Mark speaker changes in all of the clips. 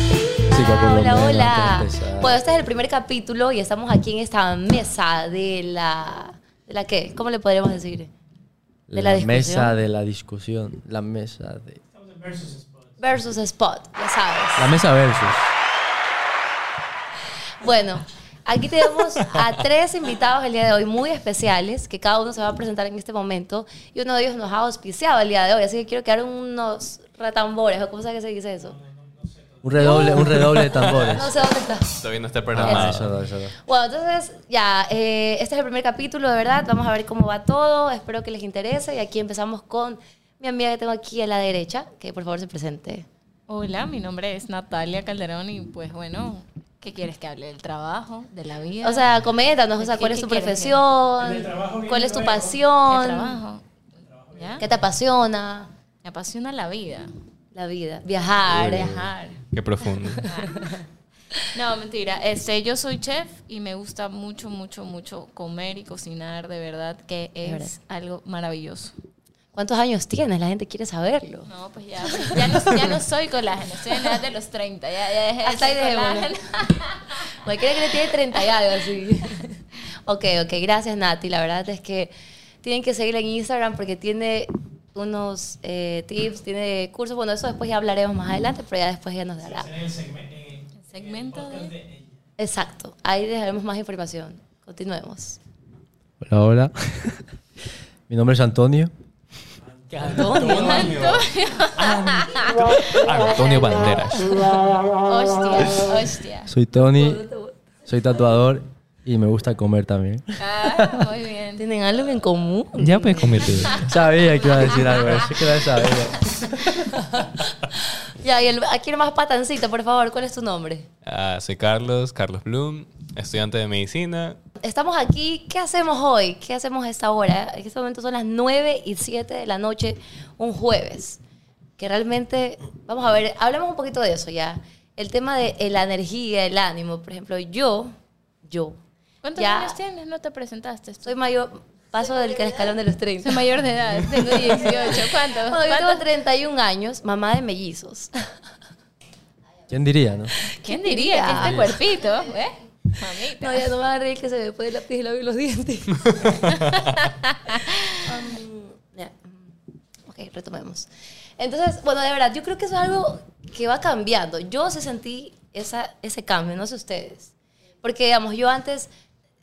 Speaker 1: música, por lo
Speaker 2: hola,
Speaker 1: menos,
Speaker 2: hola.
Speaker 1: antes de empezar.
Speaker 2: Bueno, este es el primer capítulo y estamos aquí en esta mesa de la... ¿De la qué? ¿Cómo le podríamos decir? de la discusión.
Speaker 1: mesa de la discusión. La mesa de.
Speaker 2: Versus Spot, ya
Speaker 1: La
Speaker 2: sabes.
Speaker 1: mesa versus.
Speaker 2: Bueno, aquí tenemos a tres invitados el día de hoy muy especiales que cada uno se va a presentar en este momento y uno de ellos nos ha auspiciado el día de hoy, así que quiero que hagan unos retambores o cómo se que se dice eso.
Speaker 1: Un redoble, un redoble de tambores.
Speaker 2: No sé dónde está.
Speaker 3: Todavía no está
Speaker 1: Ah,
Speaker 3: programado.
Speaker 1: eso no, eso no.
Speaker 2: Bueno, entonces ya, eh, este es el primer capítulo, de verdad. Vamos a ver cómo va todo. Espero que les interese. Y aquí empezamos con mi amiga que tengo aquí a la derecha, que por favor se presente.
Speaker 4: Hola, mi nombre es Natalia Calderón y pues bueno, ¿qué quieres que hable? Del trabajo, de la vida.
Speaker 2: O sea, coméntanos, o sea,
Speaker 4: ¿Qué-
Speaker 2: cuál
Speaker 4: qué
Speaker 2: es tu
Speaker 4: quieres que-
Speaker 2: profesión, cuál es tu
Speaker 4: del
Speaker 2: pasión,
Speaker 4: trabajo. ¿Ya?
Speaker 2: qué te apasiona,
Speaker 4: Me apasiona la vida.
Speaker 2: la vida, viajar.
Speaker 4: Viajar.
Speaker 3: Qué profundo.
Speaker 4: No, mentira. Este, yo soy chef y me gusta mucho, mucho, mucho comer y cocinar, de verdad, que es
Speaker 2: verdad.
Speaker 4: algo maravilloso.
Speaker 2: ¿Cuántos años tienes? La gente quiere saberlo.
Speaker 4: No, pues ya, ya, no, ya no soy colágeno, estoy en la edad de los 30, ya, ya dejé de
Speaker 2: Hasta ahí
Speaker 4: ser
Speaker 2: dejémoslo.
Speaker 4: colágeno.
Speaker 2: Me cree que le tiene 30 y algo así. ok, ok, gracias Nati. La verdad es que tienen que seguirla en Instagram porque tiene unos eh, tips, tiene cursos. Bueno, eso después ya hablaremos más adelante, pero ya después ya nos dará.
Speaker 4: Segmento de...
Speaker 2: Exacto, ahí dejaremos más información. Continuemos.
Speaker 1: Hola, hola. Mi nombre es Antonio.
Speaker 3: Antonio Banderas.
Speaker 4: Hostia, hostia.
Speaker 1: Soy Tony. Soy tatuador y me gusta comer también.
Speaker 4: Ah, muy bien.
Speaker 2: ¿Tienen algo en común?
Speaker 3: Ya me convertí.
Speaker 1: Sabía que iba a decir algo, así que lo sabía.
Speaker 2: Ya, y el- aquí nomás patancito, por favor, ¿cuál es tu nombre?
Speaker 3: Ah, soy Carlos, Carlos Bloom, estudiante de medicina.
Speaker 2: Estamos aquí, ¿qué hacemos hoy? ¿Qué hacemos a esta hora? En este momento son las 9 y 7 de la noche, un jueves. Que realmente, vamos a ver, hablemos un poquito de eso ya. El tema de eh, la energía, el ánimo. Por ejemplo, yo, yo,
Speaker 4: ¿Cuántos
Speaker 2: Ya.
Speaker 4: años tienes? No te presentaste.
Speaker 2: soy mayor, paso del escalón de los 30.
Speaker 4: Soy mayor de edad, tengo 18. ¿Cuántos?
Speaker 2: Bueno, yo tengo
Speaker 4: ¿Cuántos?
Speaker 2: 31 años, mamá de mellizos.
Speaker 1: ¿Quién diría, no?
Speaker 4: ¿Quién diría que este cuerpito, eh?
Speaker 2: No,
Speaker 4: Mamita.
Speaker 2: ya no me van a reír que se me puede la piel y los dientes. Um, ya. Ok, retomemos. Entonces, bueno, de verdad, yo creo que eso es algo que va cambiando. Yo sí sentí esa, ese cambio, no sé ustedes. Porque, digamos, yo antes,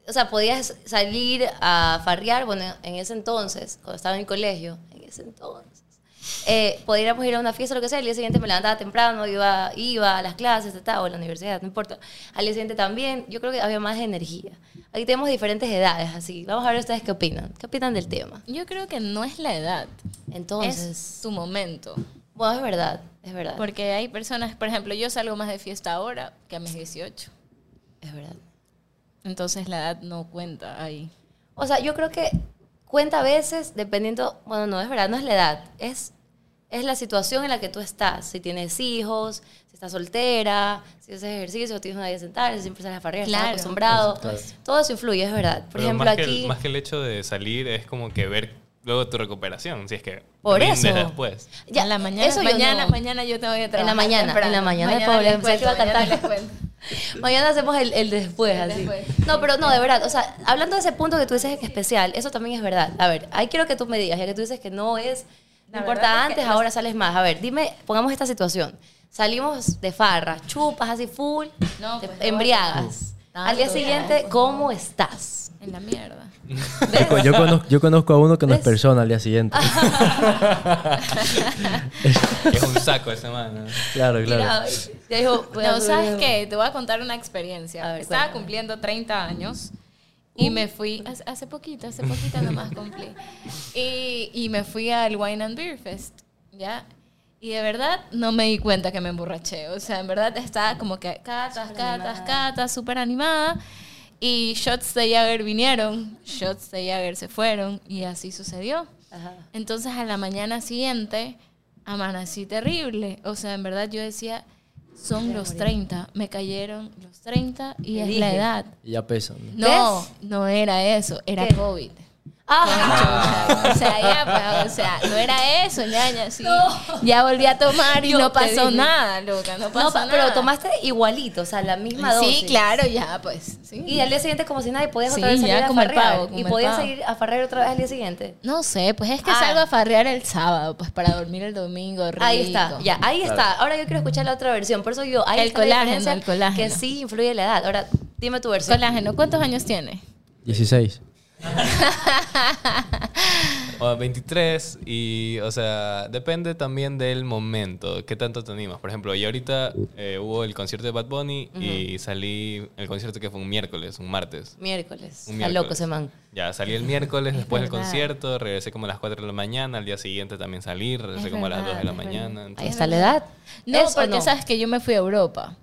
Speaker 2: o sea, podías salir a farrear, bueno, en ese entonces, cuando estaba en el colegio, en ese entonces, eh, podríamos ir a una fiesta, lo que sea, el día siguiente me levantaba temprano, iba, iba a las clases, ta, ta, o a la universidad, no importa. Al día siguiente también, yo creo que había más energía. Aquí tenemos diferentes edades, así. Vamos a ver ustedes qué opinan, qué opinan del tema.
Speaker 4: Yo creo que no es la edad,
Speaker 2: Entonces,
Speaker 4: es tu momento.
Speaker 2: bueno, es verdad, es verdad.
Speaker 4: Porque hay personas, por ejemplo, yo salgo más de fiesta ahora que a mis 18.
Speaker 2: Es verdad.
Speaker 4: Entonces la edad no cuenta ahí.
Speaker 2: O sea, yo creo que cuenta a veces dependiendo, bueno, no es verdad, no es la edad, es, es la situación en la que tú estás. Si tienes hijos, si estás soltera, si haces ejercicio, tienes una vida sentada, si siempre sales a farrear, estás
Speaker 4: Claro.
Speaker 2: acostumbrado.
Speaker 1: Claro.
Speaker 2: Todo eso influye, es verdad. Por
Speaker 3: Pero
Speaker 2: ejemplo,
Speaker 3: más que,
Speaker 2: aquí...
Speaker 3: el, más que el hecho de salir es como que ver luego tu recuperación, si es que
Speaker 2: Por
Speaker 3: rindes
Speaker 2: eso.
Speaker 3: después.
Speaker 2: Ya,
Speaker 4: en la mañana,
Speaker 2: eso yo
Speaker 4: mañana,
Speaker 2: no.
Speaker 4: mañana yo tengo que
Speaker 2: la
Speaker 4: trabajar.
Speaker 2: mañana, en
Speaker 4: temprano.
Speaker 2: la mañana,
Speaker 4: mañana
Speaker 2: pobre,
Speaker 4: les
Speaker 2: pensé que iba a
Speaker 4: cuento, mañana
Speaker 2: cantar.
Speaker 4: les cuento.
Speaker 2: Mañana hacemos el, el después,
Speaker 4: El
Speaker 2: así.
Speaker 4: después.
Speaker 2: No, pero no, de verdad. O sea, hablando de ese punto que tú dices que es especial, eso también es verdad. A ver, ahí quiero que tú me digas, ya que tú dices que no es. No
Speaker 4: La
Speaker 2: importa
Speaker 4: verdad es que
Speaker 2: antes,
Speaker 4: los-
Speaker 2: ahora sales más. A ver, dime, pongamos esta situación. Salimos de farra, chupas así full,
Speaker 4: No,
Speaker 2: te
Speaker 4: pues, no,
Speaker 2: embriagas.
Speaker 4: no.
Speaker 2: Al día
Speaker 4: Tanto, pues,
Speaker 2: siguiente,
Speaker 4: no.
Speaker 2: ¿cómo estás?
Speaker 4: En la mierda.
Speaker 1: Yo, co- yo conozco, yo conozco a uno que no es
Speaker 2: ¿Ves?
Speaker 1: persona al día siguiente.
Speaker 3: Es un saco esa mano.
Speaker 1: Claro, claro.
Speaker 2: Mira, ya dijo, voy a
Speaker 4: No,
Speaker 2: subir
Speaker 4: ¿sabes
Speaker 2: de-
Speaker 4: qué? Te voy a contar una experiencia.
Speaker 2: A ver,
Speaker 4: Estaba
Speaker 2: cuéntame. Uh.
Speaker 4: cumpliendo 30 años y me fui, hace, hace poquito, hace poquito nomás cumplí. Y, y me fui al Wine and Beer Fest, ¿ya? Y de verdad no me di cuenta que me emborraché. O sea, en verdad estaba como que catas, catas, catas, súper animada. Y shots de Jagger vinieron, shots de Jagger se fueron y así sucedió.
Speaker 2: Ajá.
Speaker 4: Entonces a la mañana siguiente amanecí terrible. O sea, en verdad yo decía, son los 30, me cayeron los 30 y
Speaker 2: Te
Speaker 4: es
Speaker 2: dije.
Speaker 4: la edad.
Speaker 1: Y ya pesan. ¿no?
Speaker 4: No,
Speaker 2: ¿Ves?
Speaker 4: no era eso, era
Speaker 2: ¿Qué?
Speaker 4: COVID.
Speaker 2: Ah,
Speaker 4: Ajá. O sea, ya, pues, o sea, no era eso, ñaña, sí. Ya volví a tomar y
Speaker 2: Yo
Speaker 4: no
Speaker 2: te
Speaker 4: pasó
Speaker 2: dije.
Speaker 4: nada, loca, no pasó
Speaker 2: No, pa-
Speaker 4: nada.
Speaker 2: pero tomaste igualito, o sea, la misma dosis.
Speaker 4: Sí, claro, ya, pues. Sí.
Speaker 2: Y al día siguiente como si nada, y podías otra
Speaker 4: Sí,
Speaker 2: vez salir
Speaker 4: ya,
Speaker 2: a
Speaker 4: como el
Speaker 2: farrear.
Speaker 4: pavo, como
Speaker 2: y
Speaker 4: el
Speaker 2: podías
Speaker 4: pavo.
Speaker 2: salir a farrear otra vez al día siguiente.
Speaker 4: No sé, pues es que
Speaker 2: Ah.
Speaker 4: salgo a farrear el sábado, pues para dormir el domingo, rico.
Speaker 2: Ahí está, ya, ahí está. Ahora yo quiero escuchar la otra versión, por eso digo, ahí
Speaker 4: El
Speaker 2: está la
Speaker 4: colágeno,
Speaker 2: diferencia
Speaker 4: el colágeno.
Speaker 2: Que sí influye la edad. Ahora, dime tu versión.
Speaker 4: Colágeno, ¿cuántos años tiene?
Speaker 1: 16.
Speaker 3: O 23 y, o sea, depende también del momento, qué tanto te animas. Por ejemplo, yo ahorita eh, hubo el concierto de Bad Bunny y salí, el concierto que fue un miércoles, un martes.
Speaker 2: Miércoles.
Speaker 3: Un
Speaker 2: A loco
Speaker 3: miércoles.
Speaker 2: se man.
Speaker 3: Ya, salí el miércoles después del
Speaker 4: verdad.
Speaker 3: concierto, regresé como a las 4 de la mañana, al día siguiente también salí, regresé
Speaker 4: Es
Speaker 3: como a las
Speaker 4: verdad,
Speaker 3: 2 de la
Speaker 4: es
Speaker 3: mañana.
Speaker 4: verdad.
Speaker 2: Ahí
Speaker 3: entonces-
Speaker 2: está la edad.
Speaker 4: No,
Speaker 2: ¿Es o
Speaker 4: porque
Speaker 2: no?
Speaker 4: sabes que yo me fui a Europa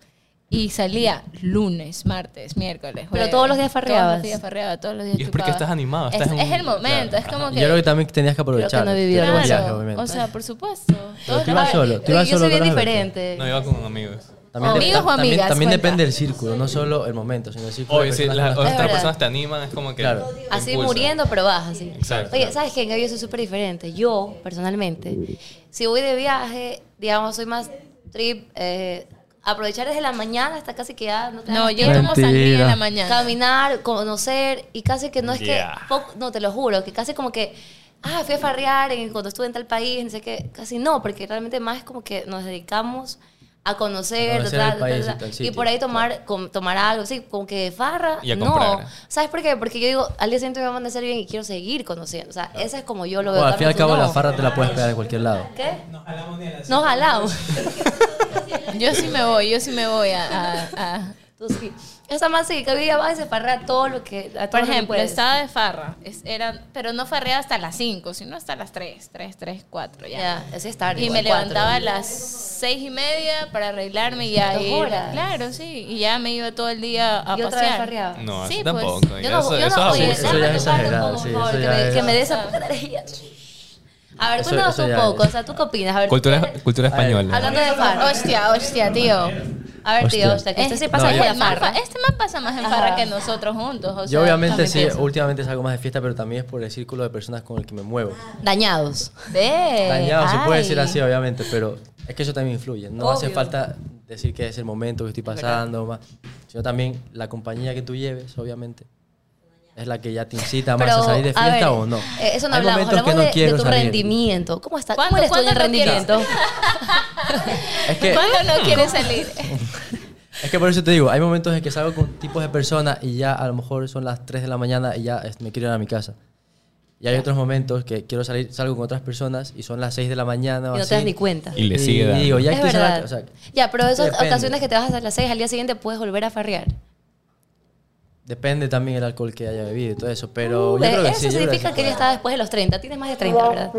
Speaker 4: y salía lunes, martes, miércoles.
Speaker 2: Pero todos los días
Speaker 4: Todos
Speaker 2: farreabas.
Speaker 4: los días farreaba, todos los días
Speaker 3: Y es porque
Speaker 4: chupaba.
Speaker 3: estás animado, estás
Speaker 4: es,
Speaker 3: en
Speaker 4: es
Speaker 3: un-
Speaker 4: el momento,
Speaker 3: claro,
Speaker 4: es como que...
Speaker 1: Yo creo que también tenías que aprovechar.
Speaker 2: Creo que no he vivido
Speaker 1: del
Speaker 2: algo
Speaker 4: Claro,
Speaker 2: así.
Speaker 1: viaje, obviamente.
Speaker 4: o sea, por supuesto. Todos
Speaker 1: tú
Speaker 4: los
Speaker 1: ibas
Speaker 4: días.
Speaker 1: solo, tú ibas
Speaker 2: yo
Speaker 1: solo
Speaker 2: soy bien
Speaker 1: con algo.
Speaker 2: diferente.
Speaker 3: No, iba con amigos.
Speaker 1: También,
Speaker 4: amigos o
Speaker 1: también-
Speaker 4: amigas,
Speaker 1: también
Speaker 4: cuenta.
Speaker 1: depende del círculo, no solo el momento, sino el círculo.
Speaker 3: Oye,
Speaker 1: de
Speaker 3: si
Speaker 1: personas
Speaker 3: las
Speaker 1: con las
Speaker 2: Es
Speaker 1: que-
Speaker 3: otras
Speaker 2: verdad.
Speaker 3: personas te animan, es como que.
Speaker 1: Claro.
Speaker 3: te
Speaker 2: Así
Speaker 3: impulsan.
Speaker 2: muriendo, pero vas así.
Speaker 3: Exacto.
Speaker 2: Oye, ¿sabes qué? En cambio, yo soy súper diferente. Yo, personalmente, si voy de viaje, digamos, soy más trip, eh, aprovechar desde la mañana hasta casi que ya no te dan
Speaker 4: No,
Speaker 2: las
Speaker 4: yo tomo sangría en
Speaker 1: Mentira.
Speaker 4: la mañana.
Speaker 2: caminar, conocer y casi que no es
Speaker 3: Yeah.
Speaker 2: que, po- no te lo juro, que casi como que, ah, fui a farrear en, cuando estuve en tal país, no sé qué, casi no, porque realmente más es como que nos dedicamos a conocer,
Speaker 1: A conocer
Speaker 2: ta,
Speaker 1: el
Speaker 2: ta, ta,
Speaker 1: país
Speaker 2: ta,
Speaker 1: y tal
Speaker 2: y
Speaker 1: sitio,
Speaker 2: por ahí tomar, com- tomar algo, sí, como que farra,
Speaker 3: Y a
Speaker 2: no.
Speaker 3: comprar.
Speaker 2: ¿Sabes por qué? Porque yo digo, al día siguiente me van a hacer bien y quiero seguir conociendo, o sea, esa es como yo lo veo.
Speaker 1: Bueno, al
Speaker 2: Carlos,
Speaker 1: fin y al
Speaker 2: tú
Speaker 1: cabo,
Speaker 2: no.
Speaker 1: la farra te la puedes pegar en cualquier lado.
Speaker 2: ¿Qué? Nos jalamos.
Speaker 4: Yo sí me voy, yo sí me voy a... a- a-
Speaker 2: Tú sí. Esa más sí, que hoy día vas y se farrea todo lo que... a todo
Speaker 4: Por
Speaker 2: lo que
Speaker 4: ejemplo,
Speaker 2: puedes.
Speaker 4: estaba de farra, es- era, pero no farreaba hasta las 5, sino hasta las 3, 3, 3, 4 ya.
Speaker 2: Ya, ese es tarde.
Speaker 4: Y
Speaker 2: igual,
Speaker 4: me
Speaker 2: cuatro.
Speaker 4: levantaba a las seis y media para arreglarme y ya
Speaker 2: Dos
Speaker 4: ir.
Speaker 2: horas.
Speaker 4: Claro, sí. Y ya me iba todo el día a
Speaker 2: Y otra vez
Speaker 4: pasear.
Speaker 2: farreaba.
Speaker 3: No,
Speaker 4: Sí,
Speaker 3: así
Speaker 4: pues.
Speaker 3: tampoco.
Speaker 2: Yo
Speaker 3: ya
Speaker 2: no,
Speaker 3: eso,
Speaker 2: yo
Speaker 3: eso
Speaker 2: no,
Speaker 3: es
Speaker 2: oye,
Speaker 1: eso
Speaker 3: abuso.
Speaker 1: ya
Speaker 2: dame
Speaker 1: es
Speaker 2: tu mano,
Speaker 1: exagerado,
Speaker 2: por
Speaker 1: sí,
Speaker 2: favor,
Speaker 1: eso
Speaker 2: que
Speaker 1: ya
Speaker 2: me-
Speaker 1: es-
Speaker 2: Que me dé esa puta energía. A ver,
Speaker 1: Eso-
Speaker 2: cuéntanos
Speaker 1: eso
Speaker 2: un
Speaker 1: ya
Speaker 2: poco,
Speaker 1: es.
Speaker 2: o sea, ¿tú qué opinas? A ver,
Speaker 3: Cultura,
Speaker 2: ¿qué-
Speaker 3: cultura española.
Speaker 2: Hablando de farra.
Speaker 4: Hostia, hostia, tío.
Speaker 2: A ver, tío,
Speaker 1: Hostia.
Speaker 2: hostia, que usted se
Speaker 4: Este-
Speaker 2: pasa
Speaker 1: No,
Speaker 2: ahí
Speaker 1: yo-
Speaker 2: en la
Speaker 4: el man
Speaker 2: farra.
Speaker 4: fa- Este man pasa más en
Speaker 2: Ajá.
Speaker 4: farra que nosotros juntos. O sea,
Speaker 1: Yo obviamente
Speaker 4: también
Speaker 1: sí,
Speaker 4: pienso.
Speaker 1: últimamente salgo más de fiesta, pero también es por el círculo de personas con el que me muevo.
Speaker 2: Dañados. Eh,
Speaker 4: Ve,
Speaker 1: Dañado, se puede
Speaker 4: ay.
Speaker 1: decir así, obviamente, pero es que eso también influye. No hace
Speaker 2: Obvio.
Speaker 1: falta decir que es el momento que estoy pasando, más, sino también la compañía que tú lleves, obviamente, es la que ya te incita más
Speaker 2: Pero,
Speaker 1: a salir de
Speaker 2: a
Speaker 1: fiesta
Speaker 2: ver,
Speaker 1: o no.
Speaker 2: eh, Eso no
Speaker 1: Hay
Speaker 2: hablamos,
Speaker 1: momentos
Speaker 2: hablamos
Speaker 1: que no
Speaker 2: de, de
Speaker 1: quiero
Speaker 2: tu
Speaker 1: salir.
Speaker 2: rendimiento. ¿Cómo estás? ¿Cómo
Speaker 4: ¿Cuándo-
Speaker 2: eres tú en el
Speaker 4: cuándo no quieres?
Speaker 2: rendimiento?
Speaker 1: Es que,
Speaker 4: ¿Cuándo no quieres salir?
Speaker 1: es que por eso te digo, hay momentos en que salgo con tipos de personas y ya a lo mejor son las 3 de la mañana y ya es- me quiero ir a mi casa. Y hay otros momentos que quiero salir, salgo con otras personas y son las 6 de la mañana. o
Speaker 2: Y no
Speaker 1: así.
Speaker 2: te das ni cuenta.
Speaker 3: Y le sigue dando.
Speaker 1: digo, ya
Speaker 2: es
Speaker 1: estoy
Speaker 2: verdad.
Speaker 1: saliendo, o sea,
Speaker 2: ya, pero esas
Speaker 1: depende.
Speaker 2: ocasiones que te vas hasta las 6 al día siguiente puedes volver a farrear.
Speaker 1: Depende también el alcohol que haya bebido y todo eso, pero
Speaker 2: Uh,
Speaker 1: yo creo que
Speaker 2: eso
Speaker 1: sí. yo creo
Speaker 2: significa
Speaker 1: sí
Speaker 2: que
Speaker 1: puede.
Speaker 2: ella estaba después de los 30. Tienes más de 30, ¿verdad?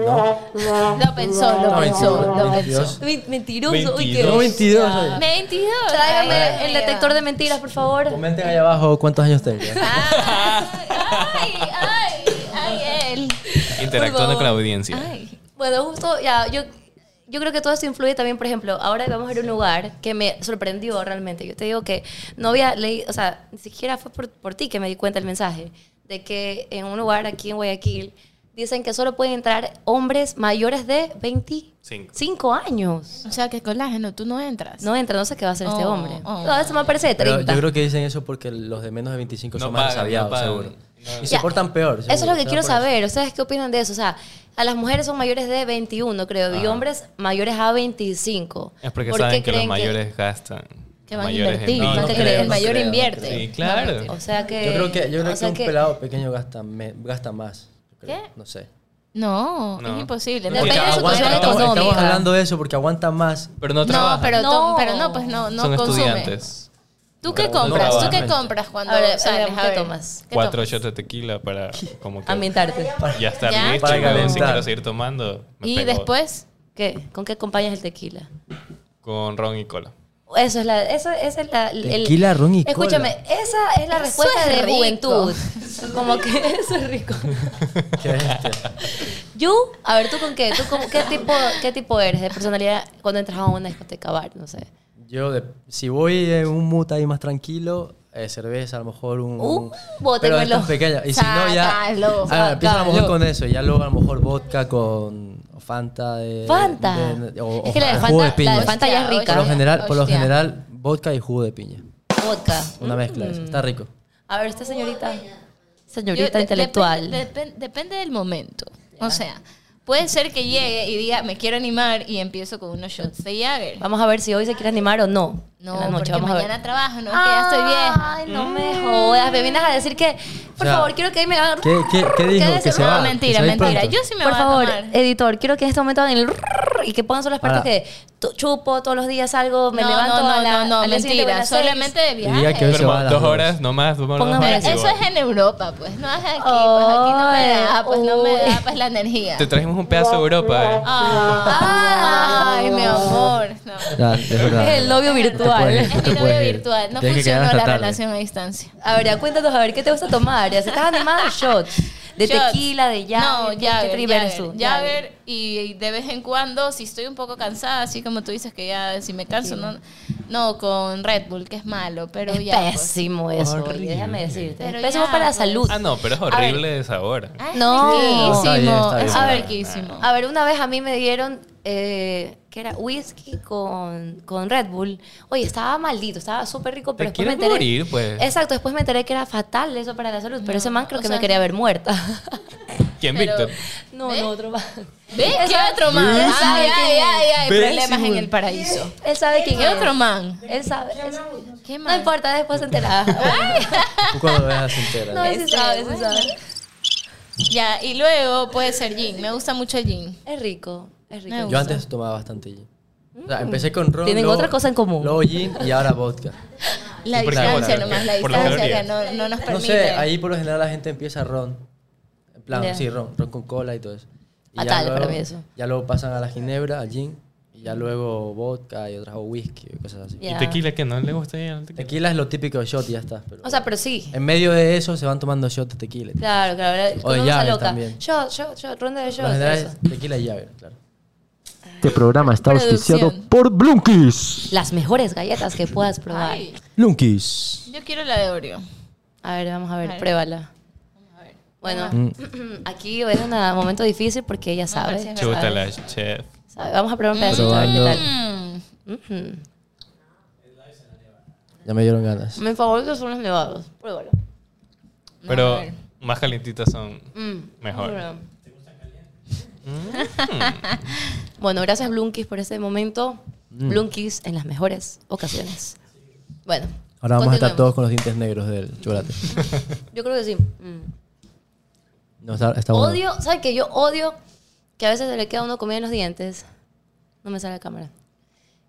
Speaker 4: Lo pensó, lo
Speaker 1: No,
Speaker 4: pensó,
Speaker 1: 22,
Speaker 4: lo
Speaker 1: 22.
Speaker 4: pensó.
Speaker 2: Uy, Mentiroso. Uy, qué
Speaker 1: Tengo 22
Speaker 2: Ah,
Speaker 1: oye.
Speaker 4: 22.
Speaker 2: Tráigame
Speaker 4: ay,
Speaker 2: el detector de mentiras, por favor.
Speaker 1: Comenten ahí abajo cuántos años tengo.
Speaker 2: Ah,
Speaker 3: Ah.
Speaker 4: Ay, ay, ay, él.
Speaker 3: Interactuando
Speaker 2: favor.
Speaker 3: con la audiencia.
Speaker 4: Ay.
Speaker 2: Bueno, justo, ya, yo, yo creo que todo esto influye también, por ejemplo, ahora vamos a ir a un lugar que me sorprendió realmente. Yo te digo que no había leído, o sea, ni siquiera fue por, por ti que me di cuenta el mensaje, de que en un lugar aquí en Guayaquil dicen que solo pueden entrar hombres mayores de 25
Speaker 3: Cinco.
Speaker 2: años.
Speaker 4: O sea, que colágeno, tú no entras.
Speaker 2: No entra, no sé qué va a hacer este
Speaker 4: Oh,
Speaker 2: hombre.
Speaker 4: oh.
Speaker 2: No, eso me parece de
Speaker 1: Pero
Speaker 2: 30.
Speaker 1: yo creo que dicen eso porque los de menos de 25
Speaker 3: No
Speaker 1: son más
Speaker 3: pagan,
Speaker 1: sabiados,
Speaker 3: no pagan.
Speaker 1: seguro.
Speaker 3: No.
Speaker 1: Y
Speaker 2: Ya,
Speaker 1: se portan peor.
Speaker 2: Eso es lo
Speaker 1: seguro,
Speaker 2: que
Speaker 1: será
Speaker 2: quiero
Speaker 1: por eso.
Speaker 2: saber. ¿Ustedes qué opinan de eso? O sea, a las mujeres son mayores de 21, creo, y
Speaker 3: Ajá.
Speaker 2: hombres mayores a 25.
Speaker 3: Es porque
Speaker 2: ¿Por qué
Speaker 3: saben que los
Speaker 2: creen
Speaker 3: mayores gastan.
Speaker 4: Que van a
Speaker 3: Mayores
Speaker 4: invertir.
Speaker 1: no,
Speaker 4: van
Speaker 1: no
Speaker 4: a
Speaker 2: creo,
Speaker 4: creer, el
Speaker 1: no
Speaker 4: mayor
Speaker 1: creo, no
Speaker 4: invierte.
Speaker 1: creo.
Speaker 3: Sí, claro.
Speaker 2: O sea que.
Speaker 1: Yo creo que, yo
Speaker 2: Eh, o
Speaker 1: creo que
Speaker 2: sea
Speaker 1: un pelado pequeño gasta, me- gasta más. yo creo.
Speaker 4: ¿Qué?
Speaker 1: No sé.
Speaker 4: No,
Speaker 3: No.
Speaker 4: es imposible.
Speaker 3: No,
Speaker 4: Depende
Speaker 3: porque
Speaker 4: de su
Speaker 3: aguanta,
Speaker 4: situación
Speaker 1: estamos,
Speaker 3: aguanta,
Speaker 4: económica.
Speaker 1: estamos hablando de eso porque aguanta más.
Speaker 3: Pero no
Speaker 4: no,
Speaker 3: trabajan.
Speaker 4: pero
Speaker 2: No.
Speaker 4: no, pero no pues no, no
Speaker 3: Son
Speaker 4: consume.
Speaker 3: estudiantes.
Speaker 4: ¿Tú qué
Speaker 1: No
Speaker 4: compras? ¿Tú qué
Speaker 1: trabajan.
Speaker 4: compras cuando
Speaker 2: A ver,
Speaker 4: sales?
Speaker 2: ¿qué
Speaker 4: A ver,
Speaker 2: tomas?
Speaker 4: ¿qué
Speaker 3: Cuatro
Speaker 4: tomas?
Speaker 3: shots de tequila para como que
Speaker 2: Ambientarte.
Speaker 3: ya estar
Speaker 4: Ya.
Speaker 3: listo.
Speaker 1: Para
Speaker 3: y luego, Si
Speaker 1: calentar.
Speaker 3: quiero seguir tomando, me
Speaker 4: Y
Speaker 3: pego
Speaker 4: después,
Speaker 2: ¿Qué? ¿Con qué acompañas el tequila?
Speaker 3: Con ron y cola.
Speaker 2: Eso es la. Eso, esa es la el-
Speaker 1: Tequila, ron y
Speaker 2: Escúchame, esa es la
Speaker 4: Eso
Speaker 2: respuesta
Speaker 4: es
Speaker 2: de
Speaker 4: rico.
Speaker 2: juventud. Como que eso es rico.
Speaker 1: ¿Qué es este?
Speaker 2: ¿Yo? A ver, ¿tú con qué? ¿Tú con, qué, tipo, ¿Qué tipo eres de personalidad cuando entras a una discoteca bar? No sé.
Speaker 1: Yo, de- si voy en un mood ahí más tranquilo, eh, cerveza, a lo mejor un...
Speaker 2: Uh,
Speaker 1: un- pero
Speaker 2: bótenmelo.
Speaker 1: estas pequeñas. Y si no, ya...
Speaker 4: Sácalo,
Speaker 1: Ah, empieza a lo mejor
Speaker 4: sácalo.
Speaker 1: con eso. Y ya luego a lo mejor vodka con Fanta. De,
Speaker 2: Fanta.
Speaker 1: de- de- o,
Speaker 2: Es
Speaker 1: o
Speaker 2: que la de
Speaker 1: jugo
Speaker 2: Fanta-
Speaker 1: de
Speaker 2: la
Speaker 1: piña.
Speaker 2: de Fanta ya es
Speaker 4: Hostia,
Speaker 2: rica.
Speaker 1: por,
Speaker 2: ¿eh?
Speaker 1: lo
Speaker 4: hostia,
Speaker 1: general, por lo
Speaker 4: hostia.
Speaker 1: general, vodka y jugo de piña.
Speaker 2: Vodka.
Speaker 1: Una mezcla de
Speaker 2: Mm.
Speaker 1: eso. Está rico.
Speaker 2: A ver, esta señorita.
Speaker 4: Yo-
Speaker 2: Señorita
Speaker 4: de-
Speaker 2: intelectual.
Speaker 4: Depende, depen- depende del momento. O sea, puede ser que llegue y diga, me quiero animar y empiezo con unos shots de Jagger.
Speaker 2: Vamos a ver si hoy se quiere animar o no.
Speaker 4: No,
Speaker 2: Ah, en la noche
Speaker 4: porque
Speaker 2: vamos a ver. Ah,
Speaker 4: mañana trabajo, no, que ya estoy vieja.
Speaker 2: Ay, no me jodas. Me vienes a decir que, por
Speaker 1: O sea,
Speaker 2: favor, quiero que ahí me hagan.
Speaker 1: ¿Qué, qué, qué dijo?
Speaker 2: debe
Speaker 1: que
Speaker 2: ser
Speaker 1: se
Speaker 4: no,
Speaker 1: va. que se
Speaker 4: mentira,
Speaker 1: va a ir
Speaker 4: mentira.
Speaker 1: pronto.
Speaker 4: Yo sí me
Speaker 2: por
Speaker 4: voy a
Speaker 2: favor,
Speaker 4: tomar.
Speaker 2: editor, quiero que en este momento hagan el y que pongan solo las partes
Speaker 1: Ahora.
Speaker 2: que to- chupo todos los días, salgo, me
Speaker 4: no,
Speaker 2: levanto
Speaker 4: no,
Speaker 2: a la,
Speaker 4: no, no,
Speaker 2: al día siguiente voy a
Speaker 4: mentira.
Speaker 2: las seis.
Speaker 4: Solamente de
Speaker 1: diga que
Speaker 4: viaje.
Speaker 1: hoy
Speaker 3: Pero
Speaker 1: se va a
Speaker 3: ma-
Speaker 1: las
Speaker 3: dos
Speaker 1: dos.
Speaker 3: horas nomás. dos horas
Speaker 2: Póngame
Speaker 3: más,
Speaker 2: Pero
Speaker 3: igual.
Speaker 4: Eso es en Europa, pues. No es aquí, pues aquí no me
Speaker 2: Ay,
Speaker 4: da, pues no me da, pues la energía.
Speaker 3: Te trajimos un pedazo de Europa. eh.
Speaker 4: Ah, Ay, mi amor. No.
Speaker 1: Ya, es verdad.
Speaker 2: Es el novio virtual.
Speaker 1: puedes ir.
Speaker 4: Es mi
Speaker 1: te
Speaker 4: novio
Speaker 1: puedes ir.
Speaker 4: virtual. No
Speaker 1: Tienes que
Speaker 4: funcionó
Speaker 1: quedar hasta
Speaker 4: la
Speaker 1: tarde.
Speaker 4: relación a distancia.
Speaker 2: A ver, ya cuéntanos, a ver, ¿qué te gusta tomar? ¿Ya se estás animada? Shots. De
Speaker 4: Shots.
Speaker 2: tequila, de Jagger.
Speaker 4: No,
Speaker 2: ¿qué- ¿Qué
Speaker 4: Jagger,
Speaker 2: trip eres tú?
Speaker 4: Jagger, Jagger, y, y de vez en cuando, si estoy un poco cansada, así como tú dices que ya si me canso, no, no con Red Bull, que es malo, pero
Speaker 2: Es
Speaker 4: ya. pues.
Speaker 2: pésimo eso, oye,
Speaker 1: Horrible.
Speaker 2: déjame decirte.
Speaker 4: Pero
Speaker 2: es pésimo
Speaker 4: ya,
Speaker 2: para la
Speaker 4: pues.
Speaker 2: salud.
Speaker 3: Ah, no, pero es
Speaker 2: ver.
Speaker 3: horrible de sabor.
Speaker 4: Ah, es
Speaker 2: No. Ah,
Speaker 4: riquísimo,
Speaker 1: Está bien, está bien.
Speaker 4: es
Speaker 2: A ver,
Speaker 4: riquísimo.
Speaker 2: A ver, una vez a mí me dieron, eh, que era whisky con, con Red Bull. Oye, estaba maldito, estaba súper rico, pero
Speaker 3: Te
Speaker 2: después me
Speaker 3: quieres
Speaker 2: enteré.
Speaker 3: morir, pues.
Speaker 2: Exacto, después me enteré que era fatal eso para la salud, pero ese man creo
Speaker 4: o
Speaker 2: que me
Speaker 4: sea-
Speaker 2: quería ver muerta.
Speaker 3: ¿Quién,
Speaker 4: Pero-
Speaker 3: Víctor?
Speaker 2: no,
Speaker 4: ¿Ve?
Speaker 2: no, otro man.
Speaker 4: ¿Ves? ¿Qué otro man?
Speaker 2: Ves.
Speaker 4: Ay, ay, ay, ay,
Speaker 3: Ves.
Speaker 4: problemas en el paraíso.
Speaker 2: Él sabe quién
Speaker 4: ¿Qué
Speaker 2: es.
Speaker 4: otro man?
Speaker 2: Él sabe. él-
Speaker 4: Ah. ¿Qué
Speaker 2: no
Speaker 4: man?
Speaker 2: importa, después se enterará.
Speaker 1: Tú cuando lo veas se entera.
Speaker 2: no, él sí
Speaker 4: Este,
Speaker 2: sabe, sí
Speaker 4: bueno.
Speaker 2: sabe.
Speaker 4: Ya, y luego puede ser gin. Me gusta mucho el gin.
Speaker 2: Es rico, es rico.
Speaker 4: Me
Speaker 1: Yo antes tomaba bastante gin. O sea, empecé con ron.
Speaker 2: Tienen
Speaker 1: luego-
Speaker 2: otra cosa en común.
Speaker 1: Luego gin y ahora vodka.
Speaker 4: La
Speaker 3: ¿Y por qué
Speaker 4: distancia
Speaker 3: votar?
Speaker 4: nomás, la
Speaker 3: Por las
Speaker 4: distancia que no,
Speaker 3: calorías.
Speaker 4: no nos permite.
Speaker 1: No sé, ahí por lo general la gente empieza ron. En plan,
Speaker 2: Ya.
Speaker 1: sí, ron. Ron con cola y todo eso. Y
Speaker 2: Fatal para mí eso.
Speaker 1: Ya luego pasan a la ginebra, al gin. Y ya luego vodka y otras, o whisky y cosas así.
Speaker 2: Ya.
Speaker 3: ¿Y tequila que no le gusta ya el tequila?
Speaker 1: Tequila es lo típico de shot y ya está. Pero
Speaker 2: O sea, pero sí.
Speaker 1: en medio de eso se van tomando shots de tequila. Por
Speaker 2: Claro, claro.
Speaker 1: O de
Speaker 2: Como
Speaker 1: llave
Speaker 2: loca.
Speaker 1: también.
Speaker 2: Yo, yo, yo, ronda de yo.
Speaker 1: lo general es tequila y llave, claro.
Speaker 5: Este programa está auspiciado
Speaker 4: Producción.
Speaker 5: por Blunkis.
Speaker 2: Las mejores galletas que puedas probar.
Speaker 4: Ay,
Speaker 5: Blunkis.
Speaker 4: yo quiero la de Oreo.
Speaker 2: A ver, vamos a ver,
Speaker 4: A ver.
Speaker 2: pruébala. Bueno,
Speaker 1: Mm.
Speaker 2: aquí es un momento difícil porque ella sabe.
Speaker 4: parece
Speaker 2: sabe,
Speaker 3: Chuta la chef.
Speaker 2: sabe. Vamos a probar un pedacito a ver qué tal.
Speaker 4: Mm,
Speaker 2: Ujú.
Speaker 1: Ya me dieron ganas.
Speaker 2: Mi favorito son los nevados. Mm. Pruébalo.
Speaker 4: no, a
Speaker 3: Pero
Speaker 4: ver.
Speaker 3: más calientitas son
Speaker 2: Mm.
Speaker 3: mejor.
Speaker 2: Pruébalo. Bueno, gracias Blunkis por este momento.
Speaker 1: Mm.
Speaker 2: Blunkis en las mejores ocasiones. Bueno,
Speaker 1: Ahora vamos a estar
Speaker 2: continuemos.
Speaker 1: todos con los dientes negros del chocolate.
Speaker 2: Yo creo que sí. Mm.
Speaker 1: No, está, está bueno.
Speaker 2: Odio, ¿sabes qué? Yo odio que a veces se le queda a uno comida en los dientes. No me sale la cámara.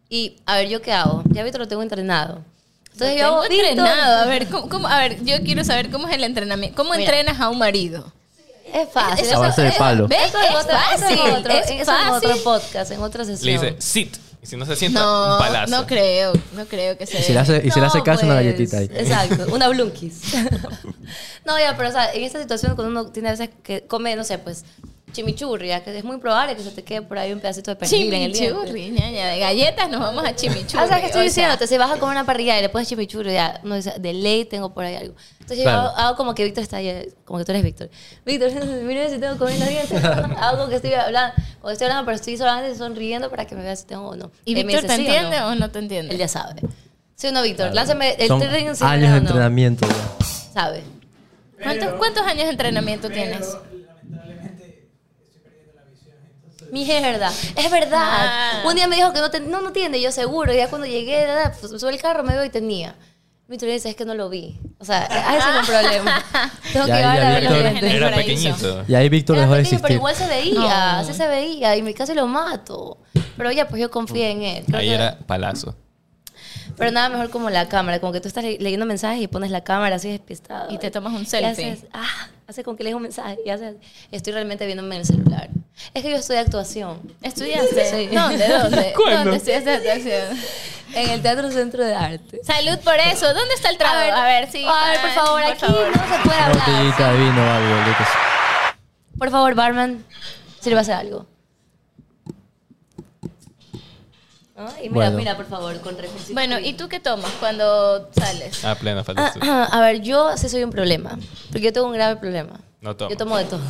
Speaker 2: Y a ver, ¿yo qué hago? Ya Víctor lo tengo entrenado. Entonces yo
Speaker 4: Tengo
Speaker 2: hago, "Víctor".
Speaker 4: entrenado. A ver, ¿cómo- cómo- a ver, yo quiero saber cómo es el entrenamiento. ¿Cómo
Speaker 2: Mira.
Speaker 4: entrenas a un marido?
Speaker 2: Es fácil.
Speaker 1: A base de palo.
Speaker 4: ¿Ves?
Speaker 2: Eso es,
Speaker 4: Es
Speaker 2: otro, eso es
Speaker 4: fácil,
Speaker 2: otro-
Speaker 4: es
Speaker 2: eso es en otro
Speaker 4: fácil.
Speaker 2: podcast, en otra sesión.
Speaker 3: Le dice, sit. Y si no se sienta,
Speaker 4: No,
Speaker 3: un palazo.
Speaker 4: no creo, no creo que se
Speaker 1: Y si le hace, y si le hace
Speaker 2: No,
Speaker 1: caso, una
Speaker 2: pues,
Speaker 1: galletita ahí.
Speaker 2: Exacto, una Blunkis. no, ya, pero o sea, en esta situación cuando uno tiene a veces que come, no sé, pues chimichurri, ya que es muy probable que se te quede por ahí un pedacito
Speaker 4: Pues,
Speaker 2: de pernil en el diente.
Speaker 4: Chimichurri, ñaña, de galletas nos vamos a chimichurri.
Speaker 2: Ah, ¿sabes qué estoy
Speaker 4: o sea,
Speaker 2: diciendo? Si vas a comer una parrilla y le pones chimichurri, ya, no, dice, de ley tengo por ahí algo. Entonces yo
Speaker 1: Claro.
Speaker 2: hago, hago como que Víctor está ahí, como que tú eres Víctor. Víctor, mira si tengo comida en los dientes. hago como que estoy hablando, como que estoy hablando, pero estoy solamente sonriendo para que me vea si tengo o no.
Speaker 4: ¿Y
Speaker 2: Él me
Speaker 4: Víctor te
Speaker 2: dice, ¿sí o no?
Speaker 4: entiende o no te
Speaker 2: Él
Speaker 4: entiende?
Speaker 2: ya sabe. ¿Sí o no, Víctor? Lánzame el
Speaker 1: Son
Speaker 2: tren
Speaker 1: años
Speaker 2: sin
Speaker 1: de
Speaker 2: nada, ¿no?
Speaker 1: entrenamiento ya.
Speaker 2: Sabe.
Speaker 4: ¿Cuántos, cuántos años de entrenamiento tienes?
Speaker 2: Mierda, es verdad.
Speaker 4: Ah.
Speaker 2: Un día me dijo que no, ten- no, no tiene, yo seguro. Y ya cuando llegué, da, pues, sube el carro, me veo y tenía. Mi tutor dice, es que no lo vi. O sea,
Speaker 4: Ah,
Speaker 2: ahí es un problema. Tengo
Speaker 1: Ya,
Speaker 2: que
Speaker 1: ya,
Speaker 2: llevar a ver los
Speaker 1: Víctor.
Speaker 2: dientes.
Speaker 4: Por
Speaker 3: Era
Speaker 4: ahí
Speaker 3: pequeñito.
Speaker 1: Y ahí Víctor
Speaker 2: Era
Speaker 1: dejó de
Speaker 2: pequeño,
Speaker 1: existir.
Speaker 2: pero igual se veía,
Speaker 4: No.
Speaker 2: sí se veía. Y me- casi lo mato. Pero ya, pues yo confié en él. Creo
Speaker 3: Ahí
Speaker 2: que-
Speaker 3: era palazo.
Speaker 2: Pero nada mejor como la cámara. Como que tú estás le- leyendo mensajes y pones la cámara así despistado.
Speaker 4: Y te tomas un
Speaker 2: Y
Speaker 4: selfie.
Speaker 2: haces, ah, hace como que lees un mensaje. Y haces, estoy realmente viéndome en el celular. Es que yo estudié actuación.
Speaker 4: ¿Estudiaste?
Speaker 2: Sí.
Speaker 4: ¿Dónde? ¿Dónde?
Speaker 3: ¿Cuándo?
Speaker 4: ¿Dónde estudiaste actuación?
Speaker 2: En el Teatro Centro de Arte.
Speaker 4: Salud por eso. ¿Dónde está el trago? A ver, sí. ah,
Speaker 2: A ver, por favor, aquí no se puede
Speaker 1: Una
Speaker 2: hablar.
Speaker 1: botellita de vino o algo, yo qué sé.
Speaker 2: Por favor, barman, sírvase algo. ¿no? Y mira,
Speaker 1: Bueno.
Speaker 2: mira, por favor, con refresco.
Speaker 4: Bueno, ¿y tú qué tomas cuando sales?
Speaker 3: Ah, plena, falta tú.
Speaker 2: Ah, A ver, yo sí soy un problema. Porque yo tengo un grave problema.
Speaker 3: No tomo.
Speaker 2: Yo tomo de todo.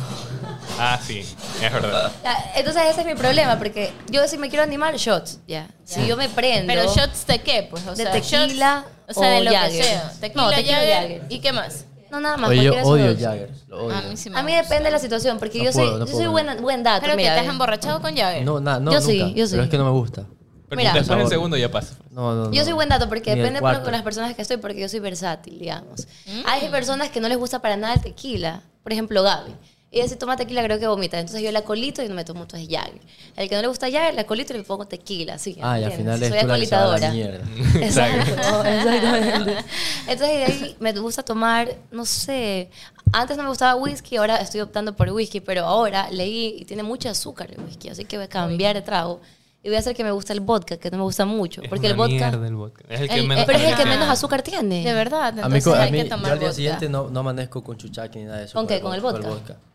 Speaker 3: Ah, sí, es verdad.
Speaker 2: Ya, Entonces ese es mi problema, porque yo si me quiero animar, shots, ya. Si yo me prendo...
Speaker 4: Pero shots de qué, pues, o
Speaker 2: De
Speaker 4: sea,
Speaker 2: tequila
Speaker 4: shots, o sea, de
Speaker 2: o
Speaker 4: lo
Speaker 2: Jagger.
Speaker 4: que sea. Tequila,
Speaker 2: No, tequila,
Speaker 4: Jagger,
Speaker 2: Jagger.
Speaker 4: ¿Y qué más?
Speaker 2: No, nada más.
Speaker 1: Oye, yo
Speaker 2: cualquiera de
Speaker 1: odio
Speaker 2: esos dos.
Speaker 1: Jagger. Lo odio.
Speaker 4: A mí sí me
Speaker 2: A mí
Speaker 4: gusta.
Speaker 2: depende de la situación, porque
Speaker 1: No
Speaker 2: yo
Speaker 1: puedo,
Speaker 2: soy,
Speaker 1: no
Speaker 2: yo
Speaker 1: puedo.
Speaker 2: soy buena, buen dato.
Speaker 4: Pero
Speaker 2: mira,
Speaker 4: que te has
Speaker 2: ve.
Speaker 4: emborrachado con Jagger.
Speaker 1: No, na- no,
Speaker 2: Yo
Speaker 1: nunca.
Speaker 2: sí, yo sí.
Speaker 1: Pero es que no me gusta.
Speaker 3: Pero
Speaker 2: Mira.
Speaker 3: después del
Speaker 1: Sabor.
Speaker 3: segundo ya pasa.
Speaker 1: No, no, no.
Speaker 2: Yo soy buen dato porque
Speaker 1: Ni de
Speaker 2: depende de
Speaker 1: cuarto.
Speaker 2: con las personas que estoy, porque yo soy versátil, digamos. Hay personas que no les gusta para nada el tequila. Por ejemplo, Gaby. Ella si toma tequila creo que vomita. Entonces yo la colito y no me tomo mucho Jagger. El que no le gusta Jagger, la colito y le pongo tequila. Así,
Speaker 1: Ah, y al
Speaker 2: ¿entiendes?
Speaker 1: final es
Speaker 2: Soy
Speaker 1: tú la que se va a la
Speaker 2: acolitadora.
Speaker 1: mierda.
Speaker 2: Exacto, exactamente. Entonces de ahí me gusta tomar, no sé, antes no me gustaba whisky, ahora estoy optando por whisky, pero ahora leí y tiene mucho azúcar el whisky, así que voy a cambiar de trago y voy a hacer que me gusta el vodka, que no me gusta mucho,
Speaker 3: Es
Speaker 2: porque el
Speaker 3: una
Speaker 2: vodka,
Speaker 3: mierda el vodka. Es el que
Speaker 4: El-
Speaker 3: menos.
Speaker 2: pero es el que
Speaker 4: Ajá.
Speaker 3: calorías
Speaker 2: menos
Speaker 3: tiene.
Speaker 2: azúcar tiene.
Speaker 4: De verdad,
Speaker 1: A mí,
Speaker 4: entonces
Speaker 1: co- a
Speaker 4: hay
Speaker 1: mí
Speaker 4: que
Speaker 1: yo
Speaker 4: tomar
Speaker 1: al día
Speaker 4: vodka.
Speaker 1: siguempre no, no amanezco con chuchaqui ni nada de eso.
Speaker 2: ¿Con qué? ¿Con el
Speaker 1: Con
Speaker 2: vodka? Por
Speaker 1: vodka.
Speaker 2: eso.